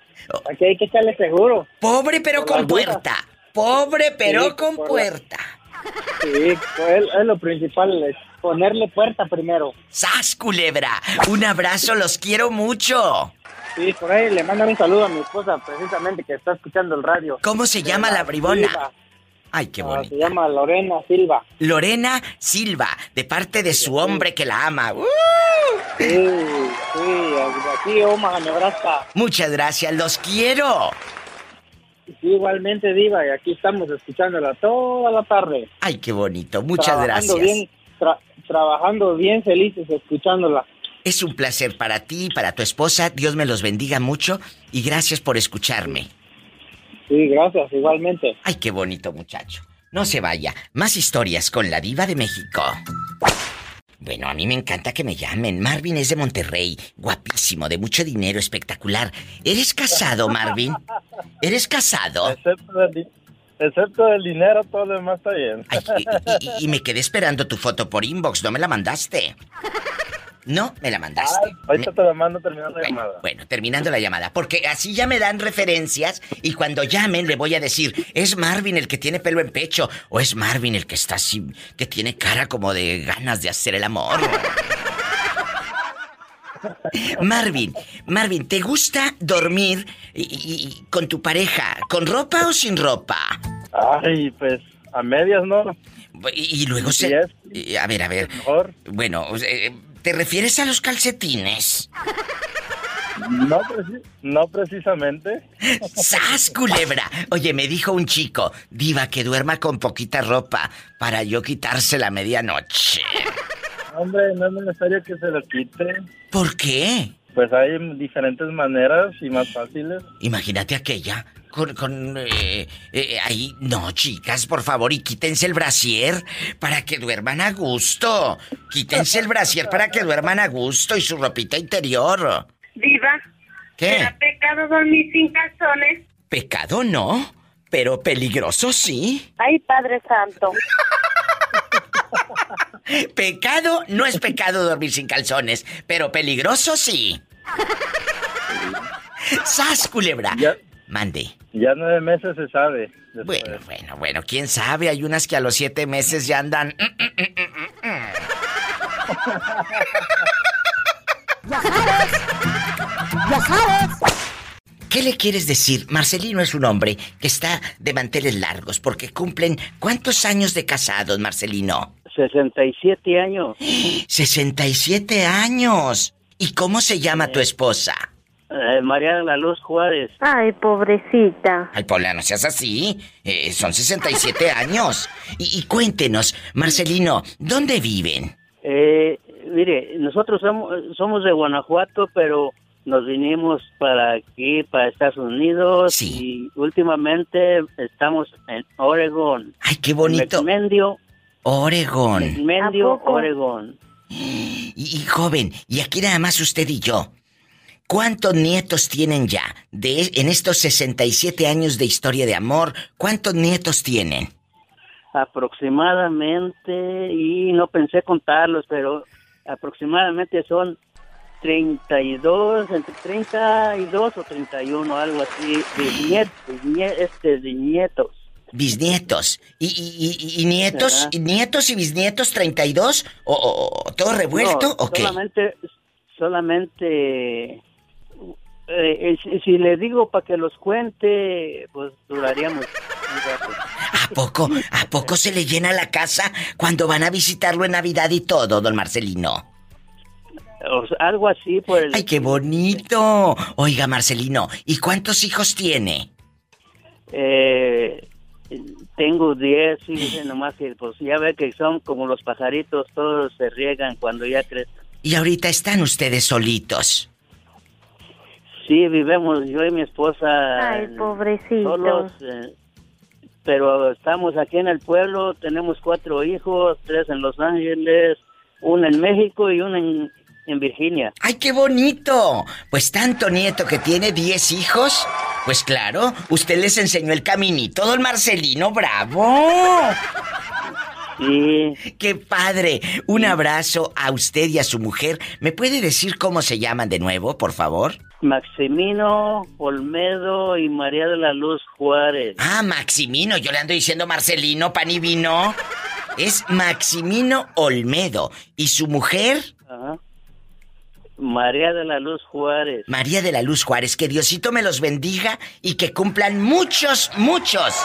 S6: aquí hay que echarle seguro.
S2: Pobre pero con puerta. Pobre pero
S6: Sí,
S2: con
S6: por la-
S2: puerta.
S6: Sí, pues, es, es lo principal, es ponerle puerta primero.
S2: ¡Sas culebra! Un abrazo, los quiero mucho.
S6: Sí, por ahí le mandan un saludo a mi esposa, precisamente, que está escuchando el radio.
S2: ¿Cómo se llama la bribona?
S6: Silva.
S2: Ay, qué
S6: Ah,
S2: bonito.
S6: se llama Lorena Silva.
S2: Lorena Silva, de parte de su hombre que la ama. ¡Uh!
S6: Sí, sí, de aquí, Omaha, Nebraska.
S2: Muchas gracias, los quiero.
S6: Sí, igualmente, Diva, y aquí estamos escuchándola toda la tarde.
S2: Ay, qué bonito, muchas
S6: Trabajando
S2: gracias.
S6: Bien, tra- trabajando bien felices escuchándola.
S2: Es un placer para ti y para tu esposa. Dios me los bendiga mucho y gracias por escucharme.
S6: Sí, gracias, igualmente.
S2: Ay, qué bonito muchacho. No se vaya. Más historias con la diva de México. Bueno, a mí me encanta que me llamen. Marvin es de Monterrey, guapísimo, de mucho dinero, espectacular. ¿Eres casado, Marvin? ¿Eres casado?
S10: Excepto el, di- excepto el dinero, todo lo demás está bien.
S2: Y, y- y me quedé esperando tu foto por inbox, no me la mandaste. No, me la mandaste.
S10: Ahorita te la mando terminando la
S2: Bueno,
S10: llamada.
S2: bueno, terminando la llamada, porque así ya me dan referencias y cuando llamen le voy a decir, ¿es Marvin el que tiene pelo en pecho o es Marvin el que está así, que tiene cara como de ganas de hacer el amor? Marvin, Marvin, ¿te gusta dormir y- y- y con tu pareja, con ropa o sin ropa?
S10: Ay, pues, a medias, ¿no?
S2: Y, y luego se... y- a ver, a eh, ver. Bueno, eh, ¿te refieres a los calcetines?
S10: No, preci- no precisamente.
S2: ¡Sas, culebra! Oye, me dijo un chico, diva, que duerma con poquita ropa para yo quitársela a medianoche.
S10: Hombre, no es necesario que se lo quite.
S2: ¿Por qué?
S10: Pues hay diferentes maneras y más fáciles.
S2: Imagínate aquella con... con eh, eh, ahí... No, chicas, por favor, y quítense el brasier para que duerman a gusto. Quítense el brasier para que duerman a gusto y su ropita interior.
S7: Diva,
S2: ¿Qué?
S7: ¿será pecado dormir sin calzones?
S2: Pecado no, pero peligroso sí.
S7: Ay, Padre Santo.
S2: Pecado no es pecado dormir sin calzones, pero peligroso sí. ¡Sas, culebra! Mande.
S10: Ya nueve meses se sabe. después.
S2: Bueno, bueno, bueno, quién sabe, hay unas que a los siete meses ya andan. "Mm, mm, mm, mm, mm".
S11: Ya sabes. Ya sabes.
S2: ¿Qué le quieres decir? Marcelino es un hombre que está de manteles largos porque cumplen cuántos años de casados, Marcelino?
S16: 67 años. Eh,
S2: 67 años. ¿Y cómo se llama tu esposa?
S16: Eh, María de la Luz Juárez.
S9: Ay, pobrecita.
S2: Ay, Paula, no seas así. Eh, son 67 años. Y, y cuéntenos, Marcelino, ¿dónde viven?
S16: Eh, mire, nosotros somos, somos de Guanajuato, pero nos vinimos para aquí, para Estados Unidos. Y últimamente estamos en Oregón.
S2: ¡Ay, qué bonito!
S16: Mendio,
S2: Oregón.
S16: Mendio,
S2: ¿A poco?
S16: Oregón.
S2: Y, y joven, y aquí nada más usted y yo. ¿Cuántos nietos tienen ya? De, en estos 67 años de historia de amor, ¿cuántos nietos tienen?
S16: Aproximadamente, y no pensé contarlos, pero aproximadamente son 32, entre 32 o 31, algo así, bisnietos, bisnie- este, bisnietos.
S2: Bisnietos. ¿Y, y- y- y nietos?
S16: Ajá.
S2: y ¿Nietos y bisnietos 32? ¿O, o- o todo revuelto?
S16: No,
S2: ¿O qué?
S16: Solamente, solamente, eh, eh, si, si le digo para que los cuente, pues duraríamos un rato.
S2: ¿A poco, ¿A poco se le llena la casa cuando van a visitarlo en Navidad y todo, don Marcelino?
S16: O sea, algo así por el...
S2: ¡Ay, qué bonito! Oiga, Marcelino, ¿y cuántos hijos tiene?
S16: Eh, tengo 10, fíjese nomás que pues ya ve que son como los pajaritos, todos se riegan cuando ya crecen.
S2: Y ahorita están ustedes solitos.
S16: Sí, vivimos yo y mi esposa
S9: Ay,
S16: en-
S9: pobrecito.
S16: solos, eh, pero estamos aquí en el pueblo, tenemos cuatro hijos, tres en Los Ángeles, una en México y una en, en Virginia.
S2: ¡Ay, qué bonito! Pues tanto nieto que tiene 10 hijos. Pues claro, usted les enseñó el caminito, don Marcelino, bravo.
S16: Sí.
S2: ¡Qué padre! Un abrazo a usted y a su mujer. ¿Me puede decir cómo se llaman de nuevo, por favor?
S16: Maximino, Olmedo y María de la Luz Juárez.
S2: Ah, Maximino, yo le ando diciendo Marcelino, pan y vino. Es Maximino Olmedo. ¿Y su mujer?
S16: Ajá. María de la Luz Juárez.
S2: María de la Luz Juárez. Que Diosito me los bendiga y que cumplan muchos, muchos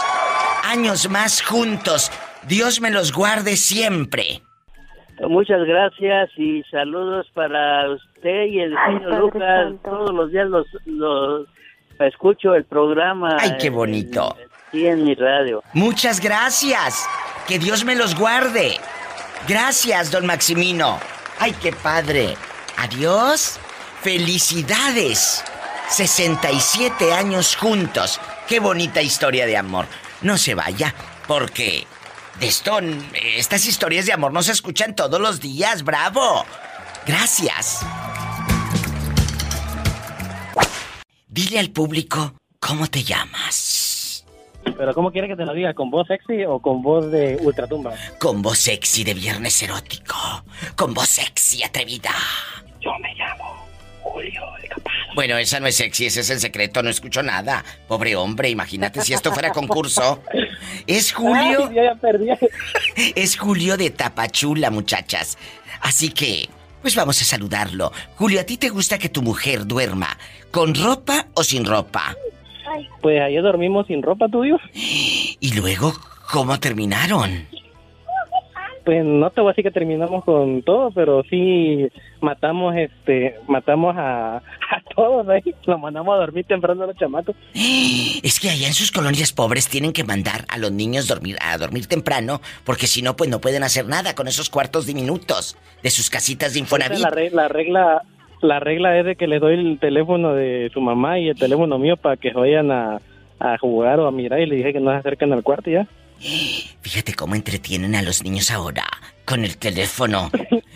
S2: años más juntos. Dios me los guarde siempre.
S16: Muchas gracias y saludos para usted y el
S9: Ay,
S16: señor
S9: Padre
S16: Lucas.
S9: Santo.
S16: Todos los días los, los escucho el programa.
S2: Ay, qué
S16: en-
S2: bonito.
S16: Aquí en mi radio.
S2: Muchas gracias. Que Dios me los guarde. Gracias, don Maximino. Ay, qué padre. Adiós. Felicidades. 67 años juntos. Qué bonita historia de amor. No se vaya, porque de esto, estas historias de amor no se escuchan todos los días. Bravo. Gracias. Dile al público cómo te llamas.
S13: Pero ¿cómo quiere que te lo diga? ¿Con voz sexy o con voz de ultratumba?
S2: Con voz sexy de viernes erótico. Con voz sexy atrevida.
S13: Yo me llamo.
S2: Bueno, esa no es sexy, ese es el secreto, no escucho nada. Pobre hombre, imagínate si esto fuera concurso. Es Julio. es Julio de Tapachula, muchachas. Así que, pues vamos a saludarlo. Julio, ¿a ti te gusta que tu mujer duerma con ropa o sin ropa?
S13: Pues ayer dormimos sin ropa, tu Dios.
S2: Y luego, ¿cómo terminaron?
S13: pues no te voy a decir que terminamos con todo, pero sí matamos este, matamos a, a todos ahí, lo mandamos a dormir temprano a los chamacos.
S2: Es que allá en sus colonias pobres tienen que mandar a los niños dormir, a dormir temprano, porque si no, pues no pueden hacer nada con esos cuartos diminutos de sus casitas de Infonavit.
S13: La regla, la regla, la regla es de que le doy el teléfono de su mamá y el teléfono mío para que vayan a, a jugar o a mirar y le dije que no se acerquen al cuarto y ya.
S2: Fíjate cómo entretienen a los niños ahora con el teléfono.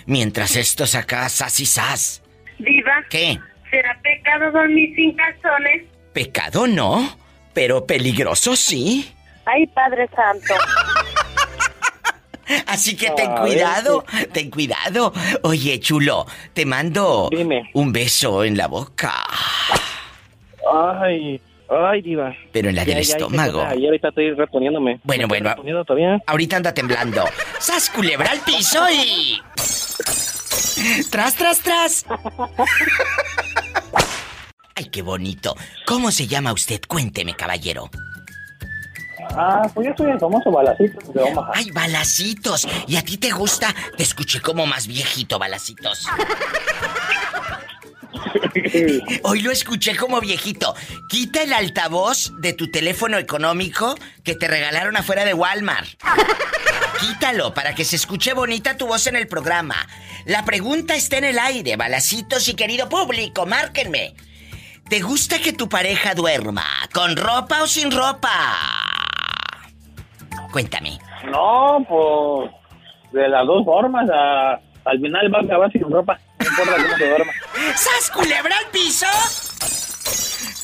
S2: Mientras estos acá, sas y sas.
S7: Diva.
S2: ¿Qué?
S7: ¿Será pecado dormir sin calzones?
S2: Pecado no, pero peligroso sí.
S7: Ay, Padre Santo.
S2: Así que ten cuidado, ten cuidado. Oye, chulo, te mando
S13: Dime.
S2: un beso en la boca.
S13: Ay, ay, diva.
S2: Pero en la
S13: Ya,
S2: del
S13: ya, ya,
S2: estómago.
S13: ya, ya, ahorita estoy reponiéndome.
S2: Bueno, bueno. Ahorita anda temblando. ¡Sas culebra al piso y. ¡Tras, tras, tras! ¡Ay, qué bonito! ¿Cómo se llama usted? Cuénteme, caballero.
S13: Ah, pues yo soy el famoso balacito de Omaha.
S2: ¡Ay, balacitos! ¿Y a ti te gusta? Te escuché como más viejito, balacitos. Hoy lo escuché como viejito. Quita el altavoz de tu teléfono económico que te regalaron afuera de Walmart. Quítalo para que se escuche bonita tu voz en el programa. La pregunta está en el aire, balacitos y querido público, márquenme. ¿Te gusta que tu pareja duerma con ropa o sin ropa? Cuéntame.
S13: No, pues de las dos formas, a- al final va a acabar sin ropa, no importa cómo se duerma.
S2: ¡Sas culebra al piso!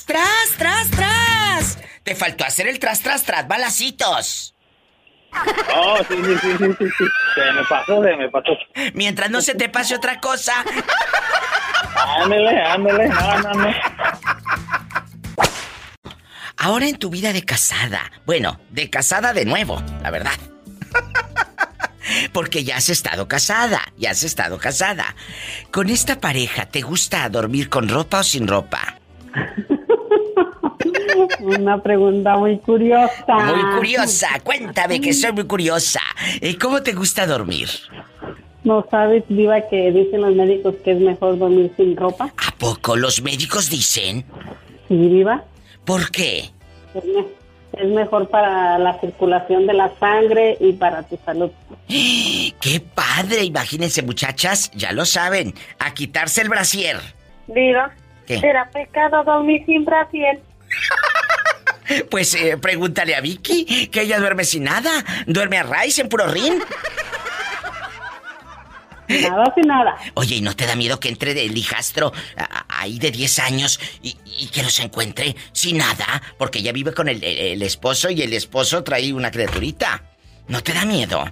S2: ¡Tras, tras, tras! Te faltó hacer el tras, tras, tras, balacitos.
S13: Oh, sí, sí, sí, sí, sí, sí. Se me pasó, se me pasó.
S2: Mientras no se te pase otra cosa.
S13: Ándele, ándele, no, no, no.
S2: Ahora en tu vida de casada. Bueno, de casada de nuevo, la verdad. Porque ya has estado casada, ya has estado casada. Con esta pareja, ¿te gusta dormir con ropa o sin ropa?
S17: Una pregunta muy curiosa.
S2: Muy
S6: Ah.
S2: curiosa, cuéntame que soy muy curiosa. Eh, ¿Cómo te gusta dormir?
S17: ¿No sabes, Diva, que dicen los médicos que es mejor dormir sin ropa?
S2: ¿A poco los médicos dicen?
S17: Sí, Diva.
S2: ¿Por qué?
S17: Es, me- es mejor para la circulación de la sangre y para tu salud.
S2: ¡Qué padre! Imagínense, muchachas, ya lo saben, a quitarse el brasier.
S7: Diva.
S2: ¿Qué?
S7: ¿Será pecado dormir sin brasier?
S2: Pues eh, pregúntale a Vicky, que ella duerme sin nada, duerme a raíz en puro rin.
S17: Nada sin nada.
S2: Oye, ¿y no te da miedo que entre el hijastro a- a- ahí de 10 años y, y que los encuentre sin nada? Porque ella vive con el, el- el esposo y el esposo trae una criaturita. ¿No te da miedo?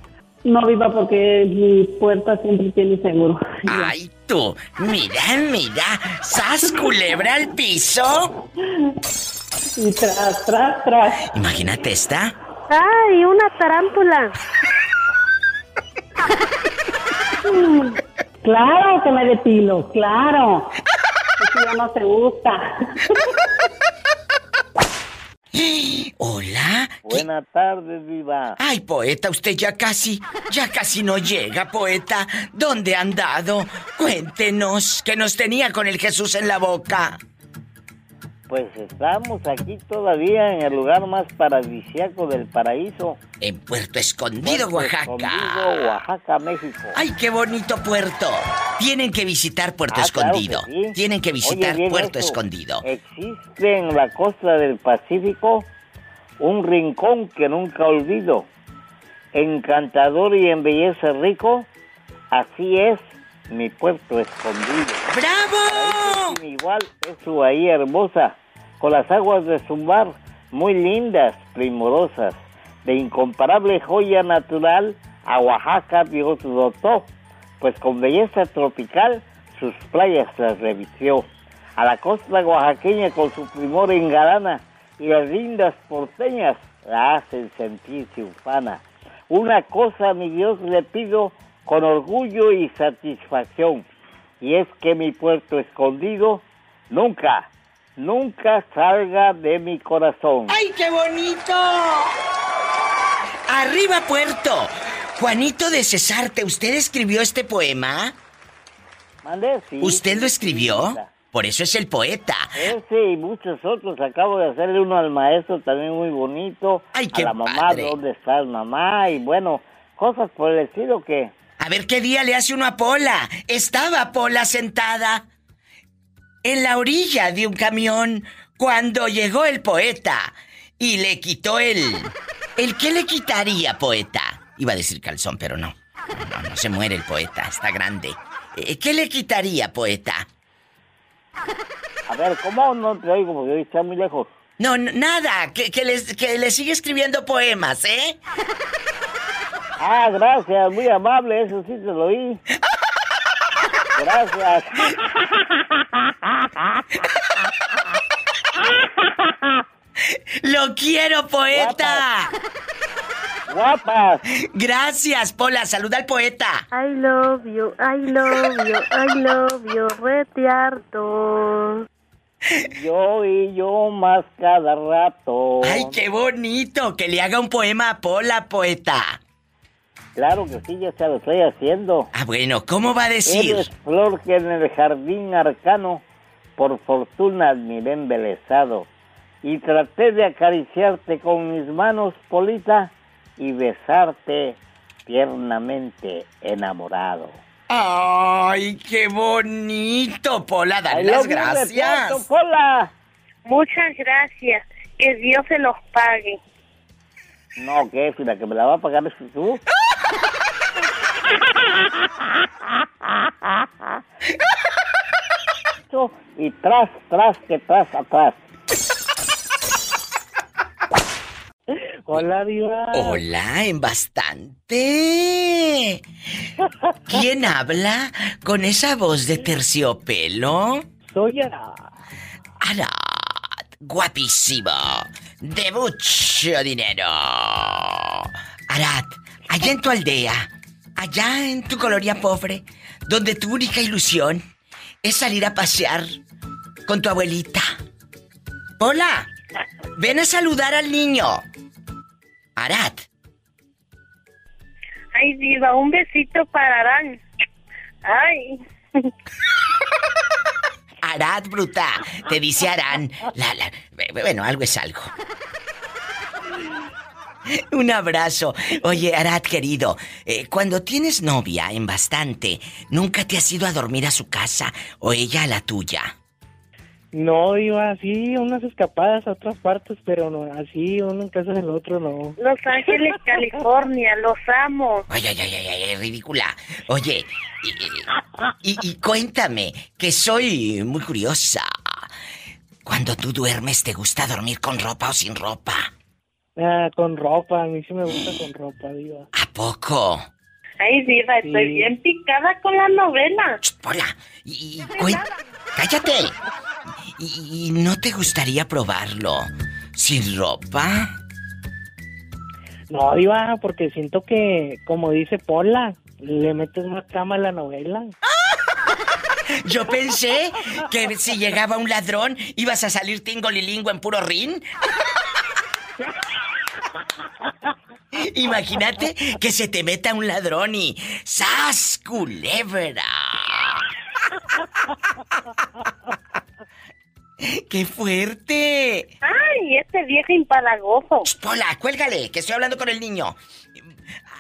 S17: No, Diva, porque mi puerta siempre tiene seguro.
S2: ¡Ay, tú! Mira, mira, sas culebra al piso.
S17: Y tras, tras, tras.
S2: Imagínate esta.
S9: ¡Ay, una tarántula!
S17: Mm, Claro que me depilo, claro. Eso ya no se gusta.
S2: Hola. Buenas tardes, viva. Ay, poeta, usted ya casi, ya casi no llega, poeta. ¿Dónde ha andado? Cuéntenos, que nos tenía con el Jesús en la boca.
S13: Pues estamos aquí todavía en el lugar más paradisiaco del paraíso.
S2: En Puerto Escondido, Oaxaca.
S13: Oaxaca, México.
S2: Ay, qué bonito puerto. Tienen que visitar Puerto
S13: Ah, claro
S2: Escondido.
S13: que sí.
S2: Tienen que
S13: Oye,
S2: visitar
S13: bien
S2: Puerto
S13: eso.
S2: Escondido.
S13: Existe en la costa del Pacífico un rincón que nunca olvido. Encantador y en belleza rico, así es mi puerto escondido.
S2: ¡Bravo!
S13: Igual es su bahía hermosa, con las aguas de su mar muy lindas, primorosas, de incomparable joya natural, a Oaxaca Dios dotó, pues con belleza tropical sus playas las revistió. A la costa oaxaqueña con su primor engalana y las lindas porteñas la hacen sentir triunfana. Una cosa a mi Dios le pido con orgullo y satisfacción, y es que mi puerto escondido nunca, nunca salga de mi corazón.
S2: ¡Ay, qué bonito! ¡Arriba, Puerto! Juanito de Cesarte, ¿usted escribió este poema?
S13: ¿Mande? Sí,
S2: ¿Usted lo escribió? Por eso es el poeta.
S13: Ese y muchos otros. Acabo de hacerle uno al maestro también muy bonito.
S2: Ay, qué
S13: A la mamá,
S2: padre.
S13: ¿dónde estás, mamá? Y bueno, cosas por el estilo que...
S2: A ver qué día le hace uno a Pola. Estaba Pola sentada en la orilla de un camión cuando llegó el poeta y le quitó el. ¿El qué le quitaría, poeta? Iba a decir calzón, pero no. No, no se muere el poeta, está grande. Eh, ¿Qué le quitaría, poeta?
S13: A ver, ¿cómo no te oigo? Porque hoy está muy lejos.
S2: No, n- nada, que, que les- que le sigue escribiendo poemas, ¿eh?
S13: Ah, gracias, muy amable, eso sí te lo oí. Gracias.
S2: ¡Lo quiero, poeta!
S13: ¡Guapas!
S2: Gracias, Pola. Saluda al poeta.
S9: I love you, I love you, I love you, retiarto.
S13: Yo y yo más cada rato.
S2: ¡Ay, qué bonito! Que le haga un poema a Pola, poeta.
S13: Claro que sí, ya se lo estoy haciendo.
S2: Ah, bueno, ¿cómo va a decir?
S13: Eres flor que en el jardín arcano, por fortuna admiré embelesado. Y traté de acariciarte con mis manos, Polita, y besarte tiernamente enamorado.
S2: ¡Ay, qué bonito, Pola! Dale
S13: I
S2: las
S13: love you,
S2: gracias.
S13: Retrato, Pola.
S7: Muchas gracias. Que Dios se los pague.
S13: No, ¿qué? Si la que me la va a pagar es tú. Y tras, tras, que tras, atrás. Hola, Diva.
S2: Hola, en bastante. ¿Quién habla con esa voz de terciopelo?
S18: Soy Ara.
S2: Ara, guapísimo. De mucho dinero. Arad, allá en tu aldea, allá en tu colonia pobre, donde tu única ilusión es salir a pasear con tu abuelita. Hola, ven a saludar al niño. Arad,
S7: Ay, Diva, un besito para Arán. Ay.
S2: Arad, bruta, te dice Arán. La, la- bueno, algo es algo. Un abrazo. Oye, Arad, querido, eh, cuando tienes novia en bastante, ¿nunca te has ido a dormir a su casa o ella a la tuya?
S18: No, iba así, unas escapadas a otras partes, pero no, así, uno en casa del otro, no.
S7: Los Ángeles, California, los amo.
S2: Ay, ay, ay, ay, ay, ay, ridícula. Oye, y, y- y cuéntame, que soy muy curiosa. Cuando tú duermes, ¿te gusta dormir con ropa o sin ropa?
S18: Ah, con ropa, a mí sí me gusta con ropa, Diva.
S2: ¿A poco?
S7: Ay, Diva, estoy
S18: Sí.
S7: bien picada con la novela.
S2: Hola, y, y cuen- cállate. ¿Y, y no te gustaría probarlo sin ropa?
S18: No, Diva, porque siento que, como dice Pola, le metes más trama a la novela.
S2: Yo pensé que si llegaba un ladrón ibas a salir tingolilingo en puro rin. Imagínate que se te meta un ladrón y ¡Sas, culebra! ¡Qué fuerte!
S7: Ay, este viejo impalagoso.
S2: Pola, cuélgale, que estoy hablando con el niño.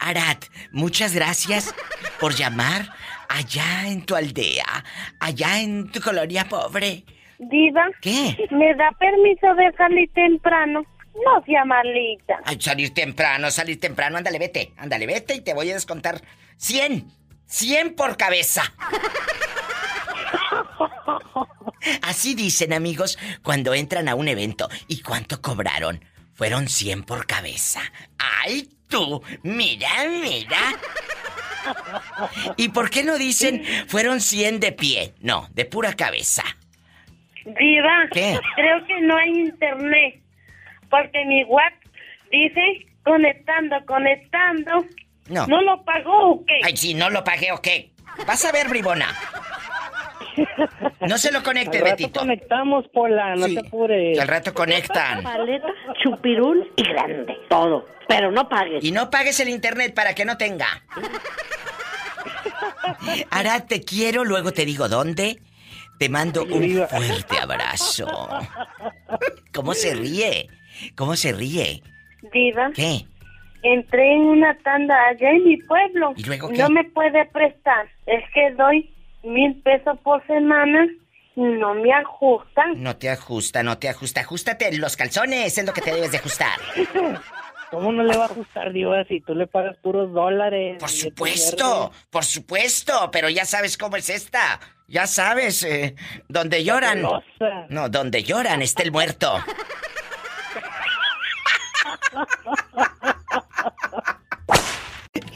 S2: Arat, muchas gracias por llamar allá en tu aldea, allá en tu colonia pobre.
S7: Diva.
S2: ¿Qué?
S7: ¿Me da permiso de salir temprano? No sea malita.
S2: Ay, salir temprano, salir temprano, ándale, vete, ándale, vete y te voy a descontar 100, 100 por cabeza. Así dicen amigos cuando entran a un evento. ¿Y cuánto cobraron? Fueron 100 por cabeza. ¡Ay, tú! Mira, mira. ¿Y por qué no dicen fueron 100 de pie? No, de pura cabeza.
S7: Diva.
S2: ¿Qué?
S7: Creo que no hay internet. Porque mi WhatsApp dice conectando, conectando.
S2: No.
S7: ¿No lo pagó o qué?
S2: Ay, si no lo pagué o qué. Vas a ver, bribona. No se lo conecte,
S4: Al rato
S2: Betito.
S4: conectamos, Pola, no
S2: Sí.
S4: te apures.
S2: Al rato conectan.
S4: Paleta, chupirul y grande. Todo. Pero no pagues.
S2: Y no pagues el internet para que no tenga. Ara, te quiero, luego te digo dónde. Te mando un fuerte abrazo. ¿Cómo se ríe? ¿Cómo se ríe?
S7: Diva,
S2: ¿Qué?
S7: entré en una tanda allá en mi pueblo.
S2: ¿Y luego qué?
S7: no me puede prestar. Es que doy mil pesos por semana. No me ajustan.
S2: No te ajusta, no te ajusta. Ajustate en los calzones, es lo que te debes de ajustar.
S4: ¿Cómo no le va a ajustar, Diva, si tú le pagas puros dólares?
S2: Por supuesto, por supuesto, pero ya sabes cómo es esta. Ya sabes, eh, donde lloran.
S4: Golosa.
S2: No, donde lloran está el muerto.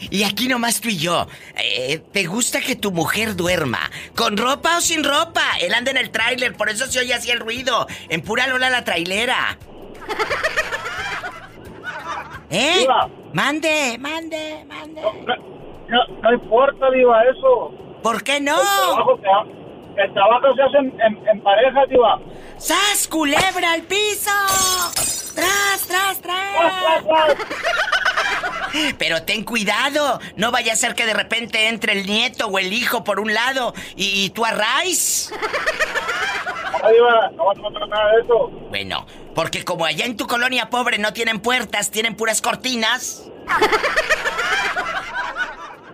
S2: Y aquí nomás tú y yo. Eh, ¿Te gusta que tu mujer duerma? ¿Con ropa o sin ropa? Él anda en el tráiler, por eso se oye así el ruido. En pura lola la trailera. ¿Eh?
S14: Diva.
S2: Mande, Eh, mande, mande.
S14: No, no importa, Diva, eso.
S2: ¿Por qué no?
S14: El trabajo, se ha- el trabajo se hace en, en- en pareja, Diva.
S2: ¡Sas, culebra al piso! ¡Tras, tras, tras! Pero ten cuidado, no vaya a ser que de repente entre el nieto o el hijo por un lado y, y tú a raíz.
S14: No, Diva, no vas a encontrar nada de eso.
S2: Bueno, porque como allá en tu colonia pobre no tienen puertas, tienen puras cortinas.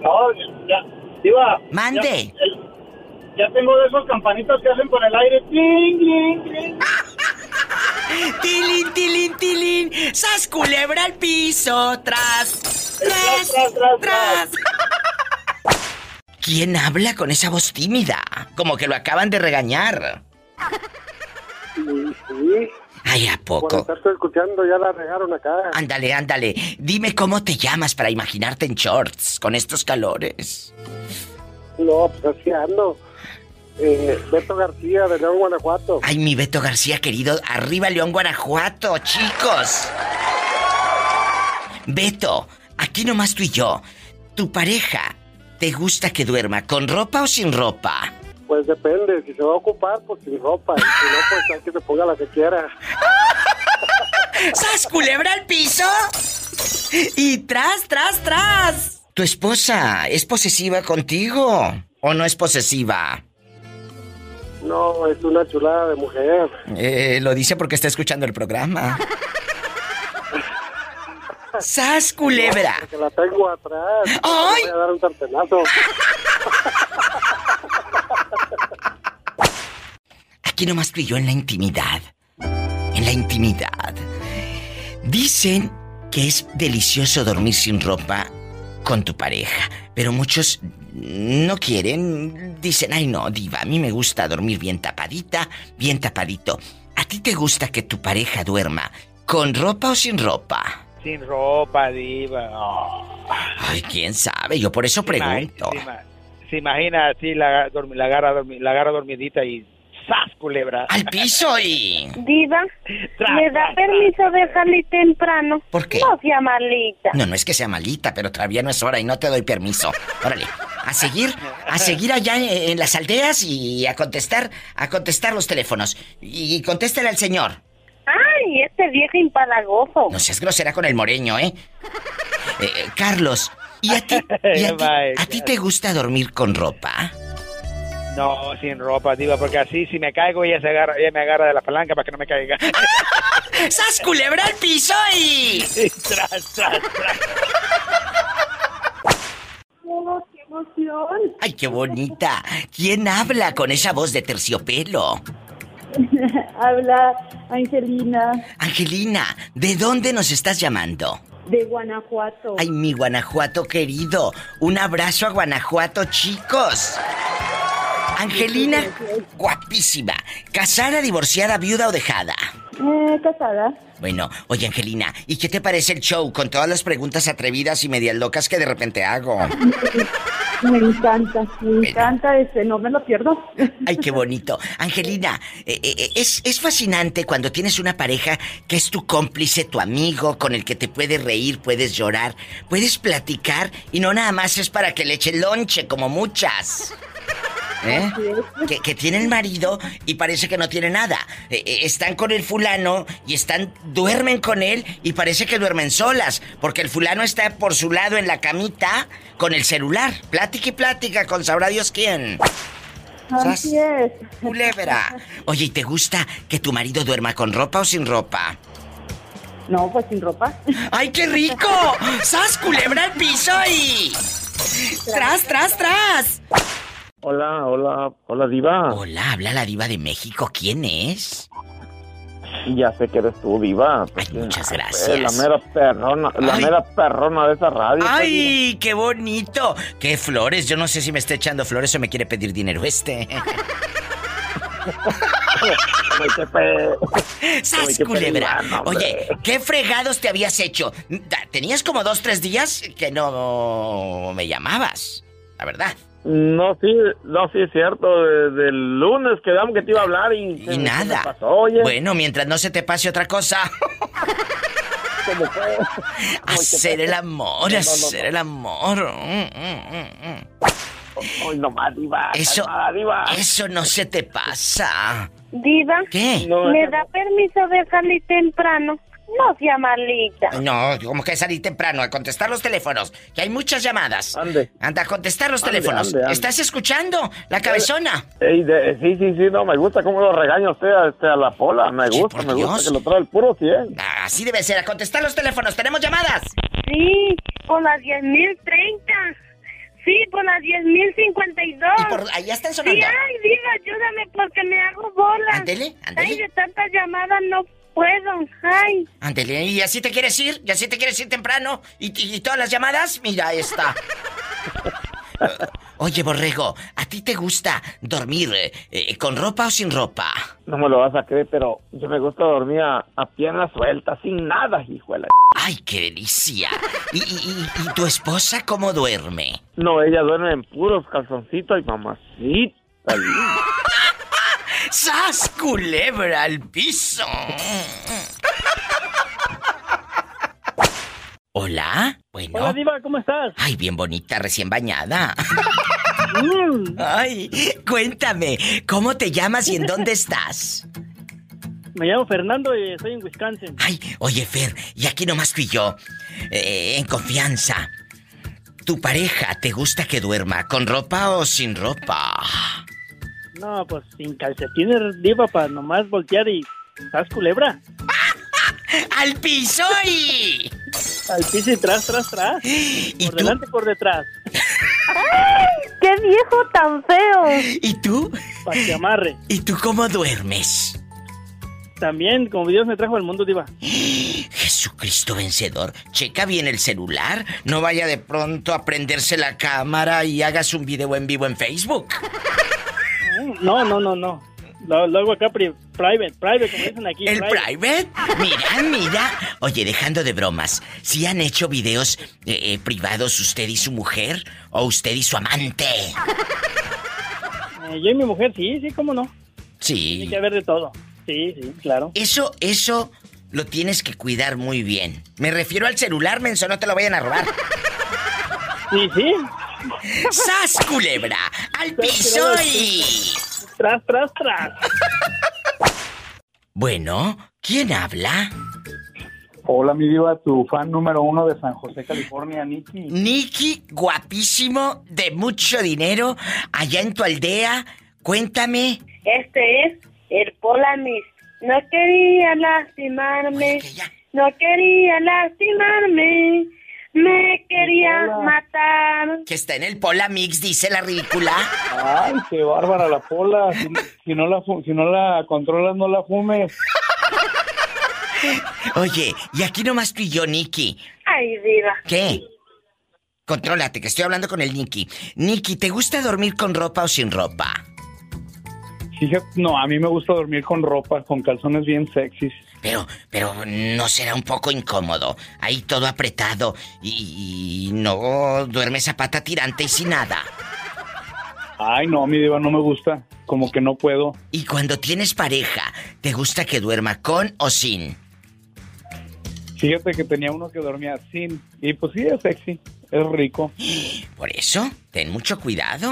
S14: No, ya. Diva.
S2: Mande.
S14: Ya, el- ya tengo de esos campanitas que hacen con el aire. ¡Ting, ting, ting!
S2: Tilín, tilín, tilín. Sas culebra al piso. Tras. Tras, tras, ¿Quién habla con esa voz tímida? Como que lo acaban de regañar. Ay, ¿a
S19: Por
S2: poco?
S19: estarte escuchando, ya la regaron acá.
S2: Ándale, ándale. Dime cómo te llamas para imaginarte en shorts con estos calores.
S19: No, pues así ando. Eh, Beto García, de León, Guanajuato.
S2: Ay, mi Beto García querido, arriba León, Guanajuato, chicos. Beto, aquí nomás tú y yo. ¿Tu pareja te gusta que duerma con ropa o sin ropa?
S19: Pues depende, si se va a ocupar, pues sin ropa. Si no, pues hay que se ponga la que quiera.
S2: ¡Sas culebra al piso! Y tras, tras, tras. ¿Tu esposa es posesiva contigo o no es posesiva?
S19: No, es una chulada de mujer.
S2: Eh, lo dice porque está escuchando el programa. ¡Sas culebra!
S19: Que la tengo atrás.
S2: ¡Ay!
S19: Le Voy a dar un sartenazo.
S2: Aquí nomás tú y yo en la intimidad. En la intimidad. Dicen que es delicioso dormir sin ropa con tu pareja, pero muchos no quieren. Dicen, ay no, diva, a mí me gusta dormir bien tapadita, bien tapadito. ¿A ti te gusta que tu pareja duerma con ropa o sin ropa?
S10: Sin ropa, diva. no.
S2: Ay, quién sabe, yo por eso
S10: Se imagina-
S2: pregunto.
S10: se ima- Se imagina así la, dormi- la, agarra, dormi- la agarra dormidita y ¡zas, culebra!
S2: ¡Al piso y...!
S7: Diva, ¿me da permiso de salir temprano?
S2: ¿Por qué?
S7: No sea malita.
S2: No, no es que sea malita, pero todavía no es hora y no te doy permiso. Órale, a seguir, a seguir allá en, en las aldeas y a contestar, a contestar los teléfonos. Y, y contéstale al señor.
S7: Ay, este viejo impadagoso.
S2: No seas grosera con el moreño, ¿eh? Eh, eh, Carlos, ¿y a ti, y a ti- a ti te gusta dormir con ropa?
S10: No, sin ropa, diva, porque así si me caigo ella, se agarra, ella me agarra de la palanca para que no me caiga.
S2: ¡Sas culebra al piso y...!
S10: tras, tras, tras.
S7: ¡Qué emoción!
S2: ¡Ay, qué bonita! ¿Quién habla con esa voz de terciopelo?
S20: Habla Angelina
S2: Angelina, ¿de dónde nos estás llamando?
S20: de Guanajuato.
S2: Ay, mi Guanajuato querido. Un abrazo a Guanajuato, chicos. Angelina, guapísima. ¿Casada, divorciada, viuda o dejada?
S20: Eh, casada.
S2: Bueno, oye Angelina, ¿y qué te parece el show con todas las preguntas atrevidas y medias locas que de repente hago?
S20: Me encanta, me encanta, este, no me lo pierdo.
S2: Ay, qué bonito. Angelina, eh, eh, es, es fascinante cuando tienes una pareja que es tu cómplice, tu amigo, con el que te puedes reír, puedes llorar, puedes platicar y no nada más es para que le eche lonche como muchas. ¿Eh? Que, que tienen marido y parece que no tiene nada. Eh, eh, están con el fulano y están duermen con él y parece que duermen solas, porque el fulano está por su lado en la camita con el celular. Plática y plática con sabrá Dios quién. ¿Sas?
S20: Así es.
S2: Culebra. Oye, ¿y te gusta que tu marido duerma con ropa o sin ropa?
S20: No, pues sin ropa.
S2: ¡Ay, qué rico! ¡Ah, ¡Sas, culebra al piso y... ¡Tras, tras, tras!
S21: Hola, hola, hola diva.
S2: Hola, habla la diva de México. ¿Quién es?
S21: Sí, ya sé que eres tú, diva.
S2: Ay, muchas
S21: Eh, la
S2: gracias.
S21: mera perrona, la
S2: Ay.
S21: mera perrona de esa radio. pues,
S2: ¡Ay, qué bonito! ¡Qué flores! Yo no sé si me está echando flores o me quiere pedir dinero este. ¡Sas, culebra! Oye, ¿qué fregados te habías hecho? Da- Tenías como dos, tres días que no me llamabas, la verdad.
S21: No, sí, no, sí es cierto. Desde el lunes quedamos que te iba a hablar y...
S2: Y nada. Bueno, mientras no se te pase otra cosa. Hacer el amor,
S21: No, no, no.
S2: hacer el amor. Mm, mm, mm, mm.
S21: Ay, nomás, diva.
S2: Eso,
S21: calmada, diva.
S2: eso no se te pasa.
S7: Diva,
S2: ¿Qué?
S7: ¿me da permiso de salir temprano? No sea malita.
S2: No, como que salí temprano a contestar los teléfonos, que hay muchas llamadas. Anda a contestar los
S21: Ande,
S2: teléfonos.
S21: ande, ande.
S2: ¿Estás escuchando? La cabezona.
S21: Ey, de- sí, sí, sí, no, me gusta cómo lo regaña usted a, este, a la pola. Me gusta, me gusta que lo trae el puro 100.
S2: Así debe ser, a contestar los teléfonos. ¿Tenemos llamadas?
S7: Sí, por las 10.030. Sí, por las 10.052.
S2: allá están sonando.
S7: Sí, ay, diva, ayúdame porque me hago bola.
S2: Ándele,
S7: Ay, de tantas llamadas no puedo. Ay,
S2: Ándele, y así te quieres ir, y así te quieres ir temprano, y, y- y todas las llamadas, mira esta. Eh, Oye, Borrego, ¿a ti te gusta dormir eh, eh, con ropa o sin ropa?
S21: No me lo vas a creer, pero yo me gusta dormir a, a piernas sueltas, sin nada, hijuela.
S2: ¡Ay, qué delicia! ¿Y, y- y- y tu esposa cómo duerme?
S21: No, ella duerme en puros calzoncitos y mamacita. linda.
S2: ¡Sas, culebra al piso! ¿Hola? Bueno.
S22: Hola, Diva, ¿cómo estás?
S2: Ay, bien bonita, recién bañada.
S22: Mm.
S2: Ay, cuéntame, ¿cómo te llamas y en dónde estás?
S22: Me llamo Fernando y estoy en Wisconsin.
S2: Ay, Oye, Fer, y aquí nomás tú y yo, eh, en confianza. ¿Tu pareja te gusta que duerma con ropa o sin ropa?
S22: No, pues sin calcetines, Diva, para nomás voltear y. ¿Estás culebra?
S2: ¡Al piso y!
S22: Al piso y tras, tras, tras.
S2: por
S22: delante, por detrás.
S7: qué viejo tan feo.
S2: ¿Y tú?
S22: Para que amarre.
S2: ¿Y tú cómo duermes?
S22: También, como Dios me trajo al mundo, Diva.
S2: Jesucristo vencedor, checa bien el celular, no vaya de pronto a prenderse la cámara y hagas un video en vivo en Facebook.
S22: No, no, no, no. Lo, lo hago acá pri- private, private, como dicen aquí.
S2: ¿El private? Mira, mira. Oye, dejando de bromas, si han hecho videos eh, eh, privados usted y su mujer o usted y su amante?
S22: Eh, yo y mi mujer, sí, sí, cómo no. Tiene
S2: Sí.
S22: que haber de todo. Sí, sí, claro.
S2: Eso, eso lo tienes que cuidar muy bien. Me refiero al celular, menso, no te lo vayan a robar.
S22: Sí, sí.
S2: ¡Sas, culebra! ¡Al piso y...
S22: Tras, tras, tras.
S2: Bueno, ¿quién habla?
S23: Hola, mi diva, tu fan número uno de San José, California, Nicky.
S2: Nicky, guapísimo, de mucho dinero, allá en tu aldea. Cuéntame.
S7: Este es el Polamis. No quería lastimarme. No quería lastimarme. Me quería matar.
S2: Que está en el Pola Mix, dice la ridícula.
S23: Ay, qué bárbara la pola. Si, si no, la, fu- si no la controlas, no la fumes.
S2: Oye, y aquí nomás tú y yo, Nicky.
S7: Ay, diva.
S2: ¿Qué? Contrólate, que estoy hablando con el Nicky. Nicky, ¿te gusta dormir con ropa o sin ropa?
S23: Fíjate, no, a mí me gusta dormir con ropa, con calzones bien sexys.
S2: Pero, pero no será un poco incómodo. Ahí todo apretado y, y no duermes a pata tirante y sin nada.
S23: Ay, no, mi diva, no me gusta. Como que no puedo.
S2: Y cuando tienes pareja, ¿te gusta que duerma con o sin?
S23: Fíjate que tenía uno que dormía sin. Y pues sí, es sexy, es rico.
S2: Por eso, ten mucho cuidado.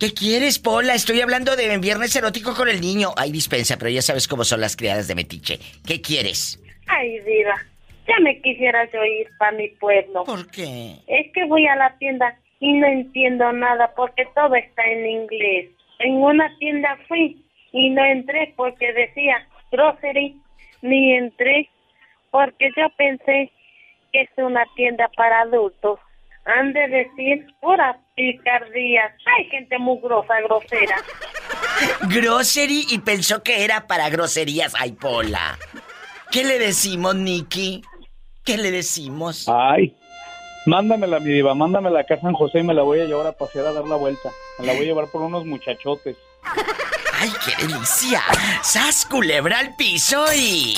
S2: ¿Qué quieres, Pola? Estoy hablando de viernes erótico con el niño. Ay, dispensa, pero ya sabes cómo son las criadas de Metiche. ¿Qué quieres?
S7: Ay, diva, ya me quisieras oír para mi pueblo.
S2: ¿Por qué?
S7: Es que voy a la tienda y no entiendo nada porque todo está en inglés. En una tienda fui y no entré porque decía grocery, ni entré porque yo pensé que es una tienda para adultos. Han de decir puras picardías. Hay gente muy grosa, grosera.
S2: Grocery y pensó que era para groserías. Ay, Pola. ¿Qué le decimos, Nicky? ¿Qué le decimos?
S23: Ay, mándamela, mi diva, mándamela acá a San José y me la voy a llevar a pasear a dar la vuelta. Me la voy a llevar por unos muchachotes.
S2: ¡Ay, qué delicia! ah, ¡Sas culebra al piso y...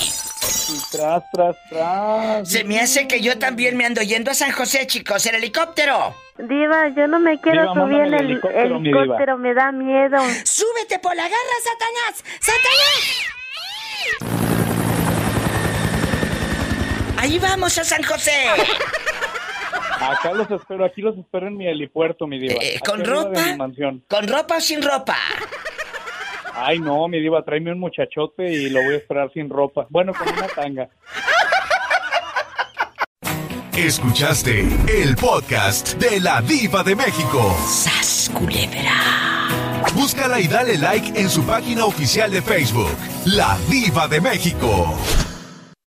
S23: Y tras, tras, tras.
S2: Se me hace que yo también me ando yendo a San José, chicos, el helicóptero.
S9: Diva, yo no me quiero
S23: Diva,
S9: subir en
S23: mándame
S9: el
S23: el helicóptero, mi diva.
S9: helicóptero, me da miedo.
S2: ¡Súbete, Pola! ¡Agarra, Satanás! ¡Satanás! ¡Ahí vamos a San José!
S23: Acá los espero, aquí los espero en mi helipuerto, mi diva.
S2: Eh, ¿con
S23: Aquí arriba
S2: ropa?
S23: de mi mansión.
S2: ¿Con ropa o sin ropa?
S23: Ay, no, mi diva, tráeme un muchachote y lo voy a esperar sin ropa. Bueno, con una tanga.
S1: Escuchaste el podcast de la diva de México.
S2: ¡Sas, culebra!
S1: Búscala y dale like en su página oficial de Facebook, La Diva de México.